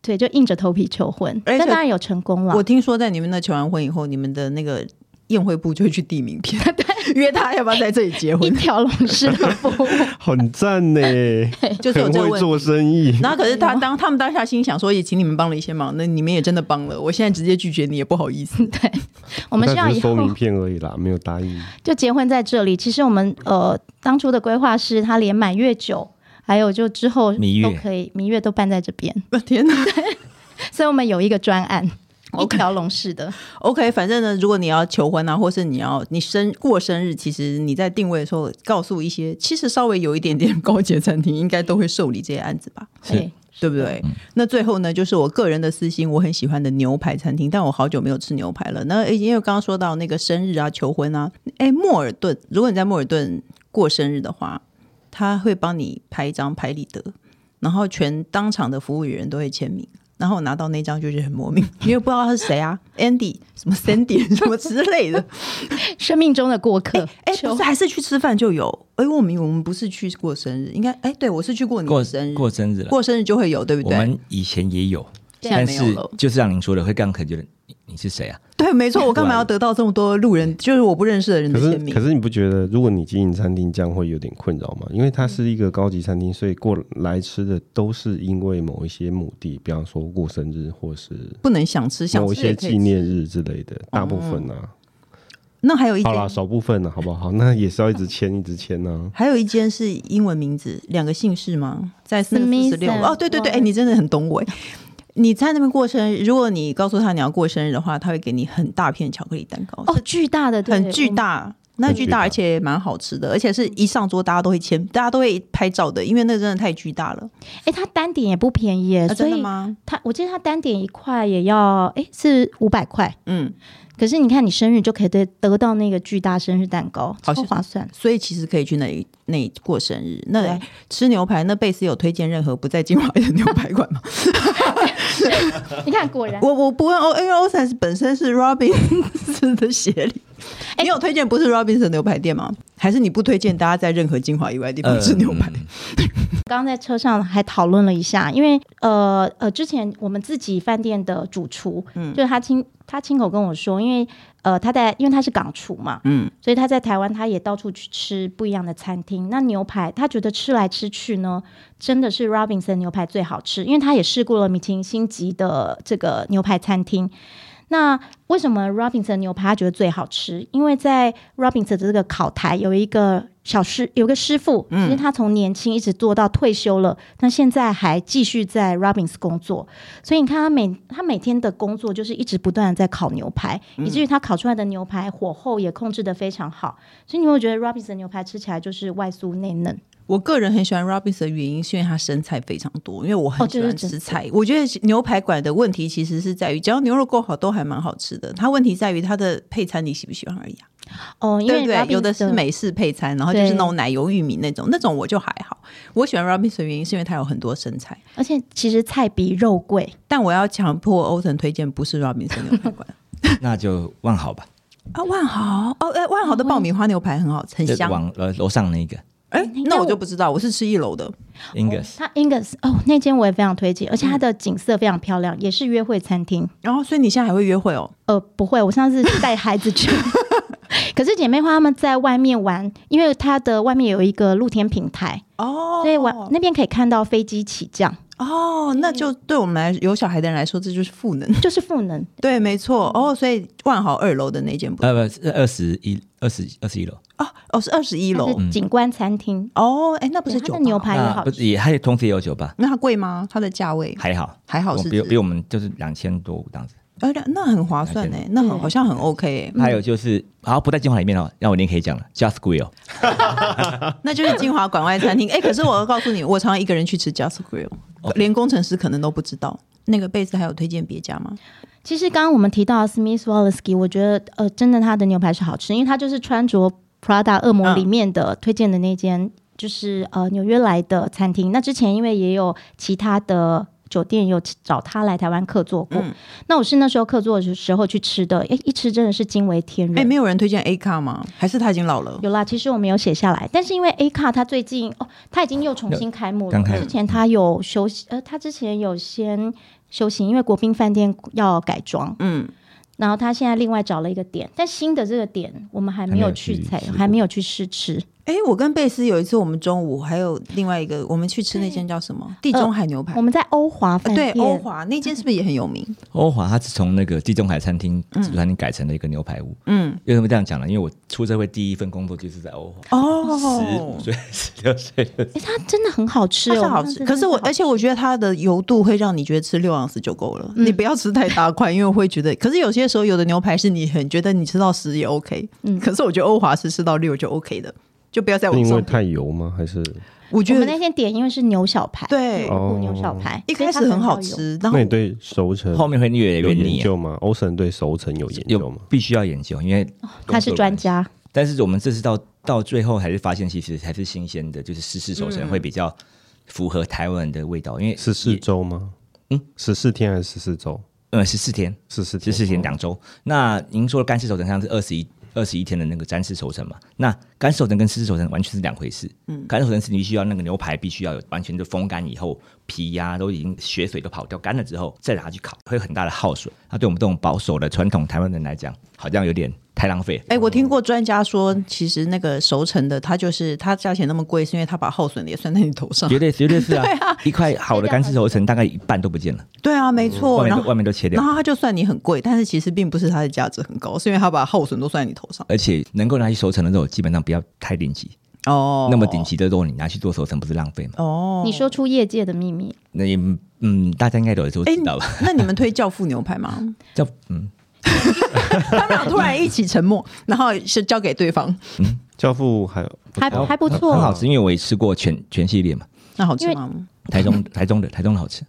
[SPEAKER 2] 对，就硬着头皮求婚，
[SPEAKER 1] 而且
[SPEAKER 2] 但当然有成功了
[SPEAKER 1] 我。听说在你们那求完婚以后，你们的那个宴会部就会去递名 片，约他要不要在这里结
[SPEAKER 2] 一
[SPEAKER 1] 婚，
[SPEAKER 2] 条龙式的服 务，
[SPEAKER 4] 很赞呢，
[SPEAKER 1] 就是有
[SPEAKER 4] 很
[SPEAKER 1] 这个
[SPEAKER 4] 会
[SPEAKER 1] 问题。
[SPEAKER 4] 做生意。
[SPEAKER 1] 然后可是他当他们当下心想说，也请你们帮了一些忙，那你们也真的帮了，我现在直接拒绝你也不好意 思。
[SPEAKER 2] 对，我们
[SPEAKER 4] 但
[SPEAKER 2] 希望
[SPEAKER 4] 只
[SPEAKER 2] 以
[SPEAKER 4] 是收
[SPEAKER 2] 后
[SPEAKER 4] 名片而已啦，没有 答应。
[SPEAKER 2] 就结婚在这里。其实我们呃当初的规划是，他连满月酒，还有就之后
[SPEAKER 3] 蜜月
[SPEAKER 2] 都可以，蜜月都办在这边，
[SPEAKER 1] 我天哪！
[SPEAKER 2] 所以我们有一个专案。一
[SPEAKER 1] OK
[SPEAKER 2] 条龙式的，
[SPEAKER 1] OK，反正呢，如果你要求婚啊，或是你要你生过生日，其实你在定位的时候，告诉一些其实稍微有一点点高级的餐厅，应该都会受理这些案子吧。
[SPEAKER 3] 是
[SPEAKER 2] 对，
[SPEAKER 1] 对不对？嗯那最后呢，就是我个人的私心，我很喜欢的牛排餐厅，但我好久没有吃牛排了。那诶呃因为刚刚说到那个生日啊、求婚啊，哎，莫尔顿，如果你在莫尔顿过生日的话，他会帮你拍一张拍立得，然后全当场的服务员都会签名。然后我拿到那张就是很莫名， 因为不知道他是谁啊，Andy 什么 Sandy 什么之类的。
[SPEAKER 2] 哎生命中的过客。
[SPEAKER 1] 哎，
[SPEAKER 2] 求
[SPEAKER 1] 不是，还是去吃饭就有。哎，我们我们不是去过生日，应该哎，对我是去过你的
[SPEAKER 3] 过
[SPEAKER 1] 生日，
[SPEAKER 3] 过生日了，
[SPEAKER 1] 过生日就会有，对不
[SPEAKER 3] 我
[SPEAKER 1] 对？
[SPEAKER 3] 们以前也有，
[SPEAKER 1] 现在
[SPEAKER 3] 但
[SPEAKER 1] 没有
[SPEAKER 3] 是
[SPEAKER 1] 了
[SPEAKER 3] 就是像您说的，会让可能觉得你你是谁啊？
[SPEAKER 1] 对，没错，我干嘛要得到这么多路人，就是我不认识的人
[SPEAKER 4] 可
[SPEAKER 1] 的
[SPEAKER 4] 是
[SPEAKER 1] 签，名
[SPEAKER 4] 可？是你不觉得，如果你经营餐厅，这样会有点困扰吗？因为它是一个高级餐厅，所以过来吃的都是因为某一些目的，比方说过生日或是
[SPEAKER 1] 不能想吃，想
[SPEAKER 4] 某一
[SPEAKER 1] 吃也哦
[SPEAKER 4] 些
[SPEAKER 1] 可
[SPEAKER 4] 纪
[SPEAKER 1] 以
[SPEAKER 4] 念
[SPEAKER 1] 吃。
[SPEAKER 4] 日之类的，大部分啊。
[SPEAKER 1] 那还有一
[SPEAKER 4] 好啦，
[SPEAKER 1] 间，
[SPEAKER 4] 少部分啊，好不好？那也是要一直签，一直签 啊。
[SPEAKER 1] 还有一间是英文名字，两个姓氏吗？在四十六
[SPEAKER 2] Smithson
[SPEAKER 1] 哦，对对对，
[SPEAKER 2] Walnut
[SPEAKER 1] 哎、你真的很懂我。哎 你在那边过生日，如果你告诉他你要过生日的话，他会给你很大片巧克力蛋糕，
[SPEAKER 2] 哦，巨大的，
[SPEAKER 1] 是
[SPEAKER 2] 对嗯
[SPEAKER 1] 很巨。大。那
[SPEAKER 4] 很
[SPEAKER 1] 巨
[SPEAKER 4] 巨
[SPEAKER 1] 大，
[SPEAKER 4] 大
[SPEAKER 1] 而且蛮好吃的，而且是一上桌大家都会签，大家都会拍照的，因为那真的太巨大了。
[SPEAKER 2] 哎、诶它单点也不便宜耶，
[SPEAKER 1] 啊、
[SPEAKER 2] 哎所
[SPEAKER 1] 真的
[SPEAKER 2] 以
[SPEAKER 1] 吗？
[SPEAKER 2] 它我记得它单点一块也要，哎、是五百块。
[SPEAKER 1] 嗯，
[SPEAKER 2] 可是你看，你生日就可以得得到那个巨大生日蛋糕，
[SPEAKER 1] 好
[SPEAKER 2] 超
[SPEAKER 1] 像
[SPEAKER 2] 划算。
[SPEAKER 1] 所以其实可以去那里那里过生日。那
[SPEAKER 2] 对
[SPEAKER 1] 吃牛排，那贝斯有推荐任何不在金华的牛排馆 吗？
[SPEAKER 2] 你看，果然，
[SPEAKER 1] 我我不问哦，因为 o s a n 本身是 Robinson 的协理。
[SPEAKER 2] 哎
[SPEAKER 1] 你有推荐不是 Robinson 牛排店吗？还是你不推荐大家在任何金华以外的地方吃牛排？
[SPEAKER 2] 刚刚在车上还讨论了一下，因为呃呃，之前我们自己饭店的主厨，嗯，就是他亲他亲口跟我说，因为呃他在因为他是港厨嘛，
[SPEAKER 1] 嗯，
[SPEAKER 2] 所以他在台湾他也到处去吃不一样的餐厅。那牛排他觉得吃来吃去呢，真的是 Robinson 牛排最好吃，因为他也试过了米其林星级的这个牛排餐厅。那为什么 Robinson 牛排他觉得最好吃？因为在 Robinson 的这个烤台有一个小师，有个师傅，其实他从年轻一直做到退休了，那现在还继续在 Robinson 工作，所以你看他每他每天的工作就是一直不断的在烤牛排，
[SPEAKER 1] 嗯
[SPEAKER 2] 以至于他烤出来的牛排火候也控制的非常好，所以你会觉得 Robinson 牛排吃起来就是外酥内嫩。
[SPEAKER 1] 我个人很喜欢 Robinson 的原因是因为它生菜非常多，因为我很
[SPEAKER 2] 哦
[SPEAKER 1] 喜
[SPEAKER 2] 这是
[SPEAKER 1] 欢
[SPEAKER 2] 真
[SPEAKER 1] 吃
[SPEAKER 2] 的
[SPEAKER 1] 菜。我觉得牛排馆的问题其实是在于，只要牛肉够好，都还蛮好吃的。它问题在于它的配餐你喜不喜欢而已啊。
[SPEAKER 2] 哦，因
[SPEAKER 1] 对
[SPEAKER 2] 为
[SPEAKER 1] 不对？有
[SPEAKER 2] Robinson
[SPEAKER 1] 的是美式配餐，然后就是
[SPEAKER 2] 对
[SPEAKER 1] 那种奶油玉米那种，那种我就还好。我喜欢 Robinson 原因是因为它有很多生菜，
[SPEAKER 2] 而且其实菜比肉贵，
[SPEAKER 1] 但我要强迫欧腾推荐不是 Robinson 牛排馆
[SPEAKER 3] 那就万豪吧，
[SPEAKER 1] 啊，万豪哦，哎，万豪的爆米花牛排很好，很
[SPEAKER 3] 就
[SPEAKER 1] 香。
[SPEAKER 3] 往呃楼上那个
[SPEAKER 1] 哎，那我
[SPEAKER 2] 那
[SPEAKER 1] 就
[SPEAKER 2] 我
[SPEAKER 1] 不知道，我是吃一楼的。
[SPEAKER 3] Ingus，
[SPEAKER 2] 它 Ingus 哦，那间我也非常推荐，而且它的景色非常漂
[SPEAKER 1] 嗯
[SPEAKER 2] 亮，也是约会餐厅。
[SPEAKER 1] 然后，所以你现在还会约会哦？
[SPEAKER 2] 呃，不会，我上次带孩子去。 可是姐妹花她们在外面玩，因为它的外面有一个露天平台，
[SPEAKER 1] 哦，
[SPEAKER 2] 所以玩那边可以看到飞机起降，
[SPEAKER 1] 哦，那就对我们来有小孩的人来说，这就是赋能。
[SPEAKER 2] 就是赋能。
[SPEAKER 1] 对，没错。哦，所以万豪二楼的那间不
[SPEAKER 3] 呃呃不是二十一二十二十一楼，
[SPEAKER 1] 啊，哦，是二十一
[SPEAKER 2] 它
[SPEAKER 1] 楼。
[SPEAKER 2] 是景观餐厅，
[SPEAKER 1] 哦，哎，那不
[SPEAKER 2] 对
[SPEAKER 1] 是
[SPEAKER 2] 它
[SPEAKER 1] 酒
[SPEAKER 2] 的
[SPEAKER 1] 吧
[SPEAKER 2] 牛排也
[SPEAKER 3] 那
[SPEAKER 2] 好
[SPEAKER 3] 嗯啊不
[SPEAKER 2] 吃
[SPEAKER 3] 是也还同时也有酒吧，
[SPEAKER 1] 那它贵吗？它的价位
[SPEAKER 3] 还好，
[SPEAKER 1] 还好
[SPEAKER 3] 我
[SPEAKER 1] 是
[SPEAKER 3] 比比
[SPEAKER 1] 指，
[SPEAKER 3] 我们就是两千多这样子。
[SPEAKER 1] 哎，那那很划算哎，那好好像很 OK 欸嗯
[SPEAKER 3] 还有就是，好不在精华里面哦，那我一定可以讲了，Just Grill。
[SPEAKER 1] 哎，那就是金华馆外餐 厅。哎，可是我要告诉你，我常常一个人去吃 Just Grill，连工程师可能都不知道。那个贝斯还有推荐别家吗？
[SPEAKER 2] 其实刚刚我们提到的 Smith Wallsky，我觉得呃，真的它的牛排是好吃，因为它就是穿着
[SPEAKER 1] 嗯
[SPEAKER 2] Prada 恶魔里面的、推荐的那间，就是呃纽约来的餐厅。那之前因为也有其他的。酒店有找他来台湾客座过，
[SPEAKER 1] 嗯
[SPEAKER 2] 那我是那时候客座的时候去吃的，哎，一吃真的是惊为天人。
[SPEAKER 1] 哎，没有人推荐 A 卡吗？还是他已经老
[SPEAKER 3] 哦
[SPEAKER 1] 了？
[SPEAKER 2] 有啦，其实我们有写下来，但是因为 A 卡它最近哦，它已经又重新开幕了。
[SPEAKER 3] 刚开
[SPEAKER 2] 之前它有休息，呃，它之前有先休息，因为国宾饭店要改装，
[SPEAKER 1] 嗯，
[SPEAKER 2] 然后它现在另外找了一个点，但新的这个点我们还没有去采
[SPEAKER 3] 还没有去试，过
[SPEAKER 2] 还没有去试吃。
[SPEAKER 1] 哎，我跟贝斯有一次，我们中午还有另外一个，我们去吃那间叫什么？地中海牛排。
[SPEAKER 2] 哦我们在欧华饭
[SPEAKER 1] 呃对
[SPEAKER 2] 店，
[SPEAKER 1] 欧华那间是不是也很有名？
[SPEAKER 3] 欧华它是从那个地中海餐厅自助餐厅改成了一个牛排屋。嗯，为什么这样讲呢？因为我出社会第一份工作就是在欧华， 十
[SPEAKER 1] 哦
[SPEAKER 3] 五，岁、十六岁的时候
[SPEAKER 2] 诶它真的很好吃
[SPEAKER 1] 它
[SPEAKER 2] 哦，
[SPEAKER 1] 是好
[SPEAKER 2] 那
[SPEAKER 1] 吃，
[SPEAKER 2] 真
[SPEAKER 1] 可是
[SPEAKER 2] 的
[SPEAKER 1] 我
[SPEAKER 2] 好
[SPEAKER 1] 而且我觉得它的油度会让你觉得吃六盎司就够了，
[SPEAKER 2] 嗯
[SPEAKER 1] 你不要吃太大块，因为我会觉得。可是有些时候有的牛排是你很觉得你吃到十也 OK，可
[SPEAKER 2] 嗯
[SPEAKER 1] 是我觉得欧华是吃到六就 OK 的，就不要再
[SPEAKER 4] 是
[SPEAKER 1] 往
[SPEAKER 4] 因为
[SPEAKER 1] 上。
[SPEAKER 4] 太油吗？还是
[SPEAKER 1] 我
[SPEAKER 2] 我
[SPEAKER 1] 觉
[SPEAKER 2] 们那
[SPEAKER 1] 得
[SPEAKER 2] 天点因为是牛小排，
[SPEAKER 1] 对哦
[SPEAKER 2] 有五谷牛小排，
[SPEAKER 1] 一
[SPEAKER 2] 所以
[SPEAKER 1] 开
[SPEAKER 2] 它
[SPEAKER 1] 始很好
[SPEAKER 2] 少油。
[SPEAKER 1] 吃，然后
[SPEAKER 4] 那你对熟成
[SPEAKER 3] 后面会越来
[SPEAKER 4] 有
[SPEAKER 3] 越
[SPEAKER 4] 研
[SPEAKER 3] 腻啊。
[SPEAKER 4] 究吗？欧神对熟成有研究
[SPEAKER 3] 有
[SPEAKER 4] 吗？
[SPEAKER 3] 必须要研究，因为
[SPEAKER 2] 他是专家，
[SPEAKER 3] 但是我们这次到到最后还是发现，其实还是新鲜的，就是湿式熟成会比较符合台湾人的味道，因为
[SPEAKER 4] 十四周吗？
[SPEAKER 3] 嗯，
[SPEAKER 4] 十四天还是十四周？
[SPEAKER 3] 呃十四天，
[SPEAKER 4] 十四
[SPEAKER 3] 十四天两周。那您说的干式熟成像是二十一二十一天的那个干式熟成嘛？那干式熟成跟湿式熟成完全是两回事。嗯，干式熟成是你必须要那个牛排必须要有完全的风干以后，皮呀、都已经血水都跑掉干了之后，再拿去烤，会有很大的耗损。那对我们这种保守的传统台湾人来讲，好像有点太浪 费了。
[SPEAKER 1] 哎、我听过专家说，其实那个熟成的，它就是它价钱那么贵，是因为它把耗损的也算在你头上。
[SPEAKER 3] 绝对绝 对是啊！一块好的干式熟成大概一半都不见了，
[SPEAKER 1] 对啊，没错。
[SPEAKER 3] 嗯外面
[SPEAKER 1] 然
[SPEAKER 3] 都外
[SPEAKER 1] 后，
[SPEAKER 3] 面都切掉
[SPEAKER 1] 然。后它就算你很贵，但是其实并不是它的价值很高，是因为它把耗损都算在你头上。
[SPEAKER 3] 而且能够拿去熟成的肉，基本上不要太顶级。
[SPEAKER 1] 哦，
[SPEAKER 3] 那么顶级的肉，你拿去做熟成不是浪费吗？
[SPEAKER 1] 哦。
[SPEAKER 2] 你说出业界的秘密，
[SPEAKER 3] 那也嗯，大家应该都都
[SPEAKER 1] 哎
[SPEAKER 3] 知道吧？
[SPEAKER 1] 那你们推教父牛排吗？
[SPEAKER 3] 叫嗯，
[SPEAKER 1] 他们俩突然一起沉默，然后是交给对方。
[SPEAKER 4] 教父还有
[SPEAKER 2] 还不还不错，
[SPEAKER 3] 很好
[SPEAKER 1] 哦
[SPEAKER 3] 吃，因为我也吃过全全系列嘛，
[SPEAKER 1] 那好吃
[SPEAKER 2] 因
[SPEAKER 1] 吗？
[SPEAKER 3] 台 中台中的台中的好吃。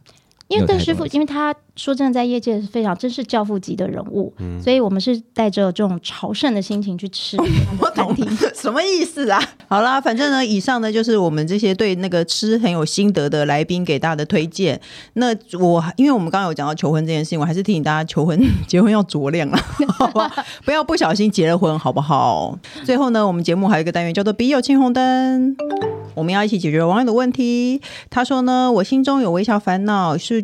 [SPEAKER 2] 因为
[SPEAKER 3] 没有
[SPEAKER 2] 邓
[SPEAKER 3] 太
[SPEAKER 2] 师
[SPEAKER 3] 多
[SPEAKER 2] 傅，
[SPEAKER 3] 了
[SPEAKER 2] 因为他说真的，在业界是非常真是教父级的人物，
[SPEAKER 3] 嗯
[SPEAKER 2] 所以我们是带着这种朝圣的心情去吃
[SPEAKER 1] 哦我懂什么意思啊？好啦，反正呢，以上呢就是我们这些对那个吃很有心得的来宾给大家的推荐。那我因为我们刚刚有讲到求婚这件事情，我还是提醒大家求婚 结婚要酌量了， 好不好？不要不小心结了婚，好不好？最后呢，我们节目还有一个单元叫做“笔友青红灯”。我们要一起解决网友的问题。他说呢，我心中有微小烦恼，是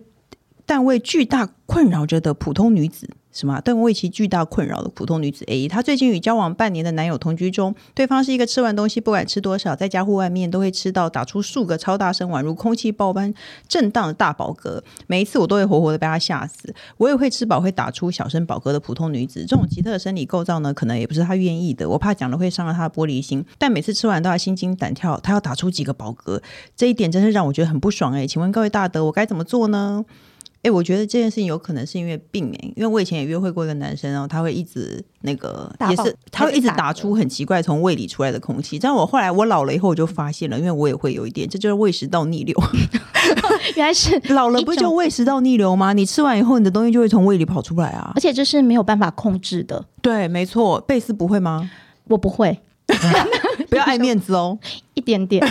[SPEAKER 1] 但为巨大困扰着的普通女子。什么啊？但为其巨大困扰的普通女子 A，她最近与交往半年的男友同居中，对方是一个吃完东西不管吃多少，在家户外面都会吃到打出数个超大声，宛如空气爆般震荡的大饱嗝。每一次我都会活活的被他吓死。我也会吃饱会打出小声饱嗝的普通女子，这种奇特的生理构造呢，可能也不是她愿意的。我怕讲了会伤了她的玻璃心，但每次吃完都要心惊胆跳，她要打出几个饱嗝，这一点真是让我觉得很不爽哎、请问各位大德，我该怎么做呢？哎、我觉得这件事情有可能是因为病哎、因为我以前也约会过一个男生，然后他会一直那个
[SPEAKER 2] 大
[SPEAKER 1] 也
[SPEAKER 2] 爆
[SPEAKER 1] 是他会一直
[SPEAKER 2] 还是
[SPEAKER 1] 打
[SPEAKER 2] 打嗝
[SPEAKER 1] 出很奇怪从胃里出来的空气。但我后来我老了以后，我就发现了，因为我也会有一点，这就是胃食道逆流。
[SPEAKER 2] 原来是，
[SPEAKER 1] 老了不就胃食道逆流吗？你吃完以后，你的东西就会从胃里跑出来啊
[SPEAKER 2] 而。且这是没有办法控制的。
[SPEAKER 1] 对，没错，贝斯不会吗？
[SPEAKER 2] 我不会
[SPEAKER 1] 不要爱面子哦。
[SPEAKER 2] 一点 点，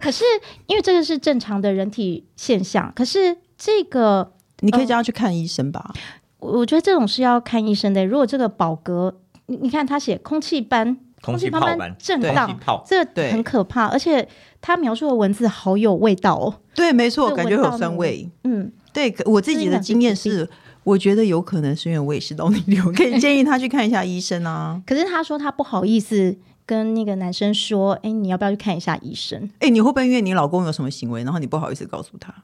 [SPEAKER 2] 可是因为这个是正常的人体现象，可是这个
[SPEAKER 1] 你可以叫他去看医生吧。
[SPEAKER 2] 我我觉得这种是要看医生的。如果这个饱嗝，你你看他写空气斑，
[SPEAKER 3] 空气
[SPEAKER 2] 气
[SPEAKER 3] 泡
[SPEAKER 2] 斑
[SPEAKER 3] 斑
[SPEAKER 2] 震
[SPEAKER 1] 对
[SPEAKER 2] 荡，
[SPEAKER 3] 泡
[SPEAKER 2] 这
[SPEAKER 1] 对
[SPEAKER 2] 很可怕，而且他描述的文字好有味道哦。
[SPEAKER 1] 对，没错，
[SPEAKER 2] 对
[SPEAKER 1] 感觉会
[SPEAKER 2] 闻
[SPEAKER 1] 有
[SPEAKER 2] 到
[SPEAKER 1] 酸
[SPEAKER 2] 那
[SPEAKER 1] 味。
[SPEAKER 2] 嗯，
[SPEAKER 1] 对，可我自己的经验
[SPEAKER 2] 这
[SPEAKER 1] 是，我觉得有可能是因为胃食道逆流，可以建议他去看一下医生啊。
[SPEAKER 2] 可是他说他不好意思跟那个男生说，哎、你要不要去看一下医生？
[SPEAKER 1] 哎、你会不会因为你老公有什么行为，然后你不好意思告诉他？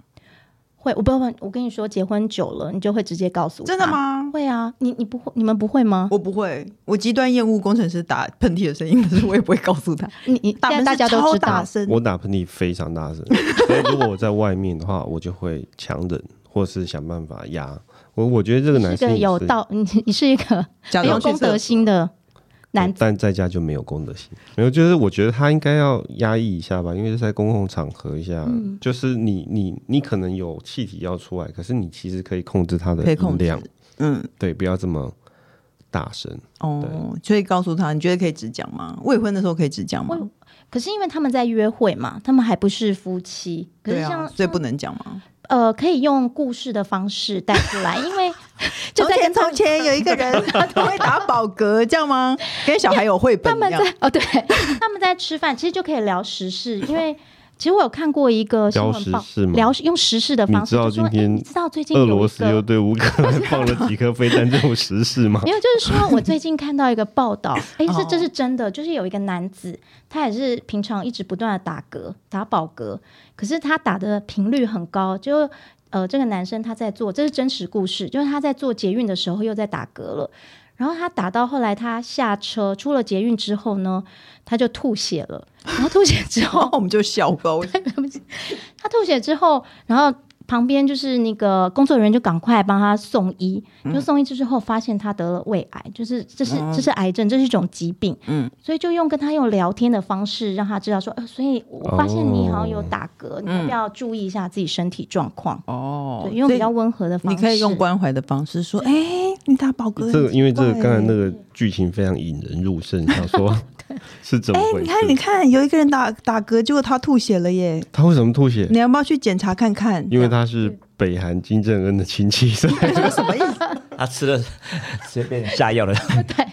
[SPEAKER 2] 会，我不会问。我跟你说，结婚久了，你就会直接告诉。
[SPEAKER 1] 真的？吗？
[SPEAKER 2] 会啊，你你不会，你们不会吗？
[SPEAKER 1] 我不会，我极端厌恶工程师打喷嚏的声音，可 是我也不会告诉他。
[SPEAKER 2] 你你
[SPEAKER 1] 打
[SPEAKER 2] 现
[SPEAKER 1] 喷
[SPEAKER 2] 在
[SPEAKER 1] 嚏
[SPEAKER 2] 大家都
[SPEAKER 1] 超
[SPEAKER 2] 知
[SPEAKER 1] 大
[SPEAKER 2] 道，
[SPEAKER 1] 声，
[SPEAKER 4] 我打喷嚏非常大 声，所以如果我在外面的话，我就会强忍，或是想办法压。我我觉得这个男
[SPEAKER 2] 是
[SPEAKER 4] 生
[SPEAKER 2] 个
[SPEAKER 4] 也
[SPEAKER 2] 有
[SPEAKER 4] 是
[SPEAKER 2] 道，你你是一个
[SPEAKER 1] 假
[SPEAKER 2] 没有
[SPEAKER 1] 装去
[SPEAKER 2] 公德
[SPEAKER 1] 厕
[SPEAKER 2] 心的男子。
[SPEAKER 4] 但在家就没有公德心，没有，就是我觉得他应该要压抑一下吧，因为是在公共场合一下，
[SPEAKER 2] 嗯
[SPEAKER 4] 就是你你你可能有气体要出来，可是你其实可以控制它的
[SPEAKER 1] 可以控
[SPEAKER 4] 音
[SPEAKER 1] 制
[SPEAKER 4] 量，
[SPEAKER 1] 嗯，
[SPEAKER 4] 对，不要这么大声。
[SPEAKER 1] 哦，所以告诉他，你觉得可以只讲吗？未婚的时候可以只讲吗？
[SPEAKER 2] 未可是因为他们在约会嘛，他们还不是夫妻。可
[SPEAKER 1] 对
[SPEAKER 2] 是像、
[SPEAKER 1] 啊，所以不能讲吗？
[SPEAKER 2] 呃，可以用故事的方式带出来，因为 就在跟他们
[SPEAKER 1] 前有一个 人他都会打饱嗝，这样吗？跟小孩有绘本
[SPEAKER 2] 他们
[SPEAKER 1] 一样。
[SPEAKER 2] 在哦，对，他们在吃饭，其实就可以聊时事，因为。其实我有看过一个新
[SPEAKER 4] 聊
[SPEAKER 2] 闻
[SPEAKER 4] 时
[SPEAKER 2] 报
[SPEAKER 4] 事吗，
[SPEAKER 2] 聊用时事的
[SPEAKER 4] 你
[SPEAKER 2] 方式，
[SPEAKER 4] 知道
[SPEAKER 2] 就说
[SPEAKER 4] 今
[SPEAKER 2] 哎
[SPEAKER 4] 天
[SPEAKER 2] 你知道最近有
[SPEAKER 4] 俄罗
[SPEAKER 2] 一
[SPEAKER 4] 斯又
[SPEAKER 2] 个
[SPEAKER 4] 对乌克兰放了几颗飞弹这种实事吗
[SPEAKER 2] 没？有，就是说我最近看到一个报道，哎，
[SPEAKER 1] 哦
[SPEAKER 2] 是这是真的，就是有一个男子，他也是平常一直不断的打嗝、打饱嗝，可是他打的频率很高，就呃，这个男生他在做，这是真实故事，就是他在做捷运的时候又在打嗝了。然后他打到后来，他下车出了捷运之后呢，他就吐血了。然后吐血之
[SPEAKER 1] 然
[SPEAKER 2] 后
[SPEAKER 1] 后，我们就笑吧，我
[SPEAKER 2] 他吐血之后，然后旁边就是那个工作人员就赶快帮他送医，
[SPEAKER 1] 嗯
[SPEAKER 2] 就送医之后发现他得了胃癌，就是这是这是癌症，这是一种疾病，
[SPEAKER 1] 哦嗯
[SPEAKER 2] 嗯，所以就用跟他用聊天的方式让他知道说，呃，所以我发现你好像有打嗝，你要不要注意一下自己身体状况？
[SPEAKER 1] 嗯哦
[SPEAKER 2] 对，用比较温和的
[SPEAKER 1] 所以
[SPEAKER 2] 方
[SPEAKER 1] 你
[SPEAKER 2] 式，
[SPEAKER 1] 可以用关怀的方式说，哎，你打饱嗝很奇怪，欸
[SPEAKER 4] 这个因为这个刚才那个剧情非常引人入胜，想说是怎么
[SPEAKER 1] 哎，
[SPEAKER 4] 回
[SPEAKER 1] 你
[SPEAKER 4] 事？
[SPEAKER 1] 看，你看，有一个人打打嗝，结果他吐血了耶！
[SPEAKER 4] 他为什么吐血
[SPEAKER 1] 你？要不要去检查看看？
[SPEAKER 4] 因为他是北韩金正恩的亲戚， 所以
[SPEAKER 1] 什么意思？
[SPEAKER 3] 他吃了随便下药了，
[SPEAKER 2] 对，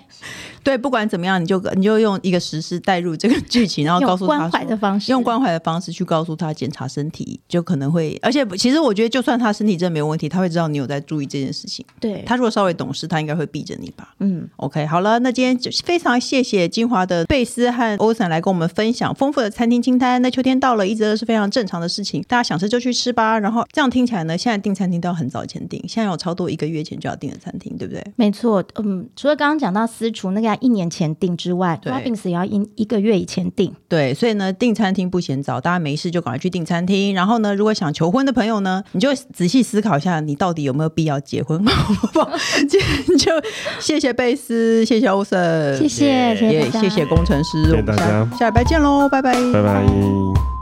[SPEAKER 1] 对，不管怎么样，你就你就用一个实施带入这个剧情，然后告诉他
[SPEAKER 2] 用关怀
[SPEAKER 1] 说
[SPEAKER 2] 的方式
[SPEAKER 1] 用关怀的方式去告诉他检查身体，就可能会，而且其实我觉得，就算他身体真的没有问题，他会知道你有在注意这件事情。
[SPEAKER 2] 对，
[SPEAKER 1] 他如果稍微懂事，他应该会避着你吧。
[SPEAKER 2] 嗯，
[SPEAKER 1] OK，好了，那今天就非常谢谢金华的贝斯和欧森来跟我们分享丰富的餐厅清单。那秋天到了，一直都是非常正常的事情，大家想吃就去吃吧。然后这样听起来呢，现在订餐厅都要很早前订，现在有超多一个月前就要订的餐厅，对不对？
[SPEAKER 2] 没错，嗯，除了刚刚讲到私厨那个要一年前定之外
[SPEAKER 1] 对
[SPEAKER 2] ，Robins 也要一一个月以前定，
[SPEAKER 1] 对，所以呢，订餐厅不嫌早，大家没事就赶快去订餐厅。然后呢，如果想求婚的朋友呢，你就仔细思考一下，你到底有没有必要结婚， 好不好？今天就谢谢贝斯，谢谢欧森，
[SPEAKER 2] 谢谢，
[SPEAKER 1] 也
[SPEAKER 2] 大家
[SPEAKER 1] 谢谢工程师，
[SPEAKER 4] 谢谢
[SPEAKER 1] 我们
[SPEAKER 4] 大
[SPEAKER 1] 下
[SPEAKER 4] 家
[SPEAKER 1] 下礼拜见喽，拜拜，
[SPEAKER 4] 拜拜。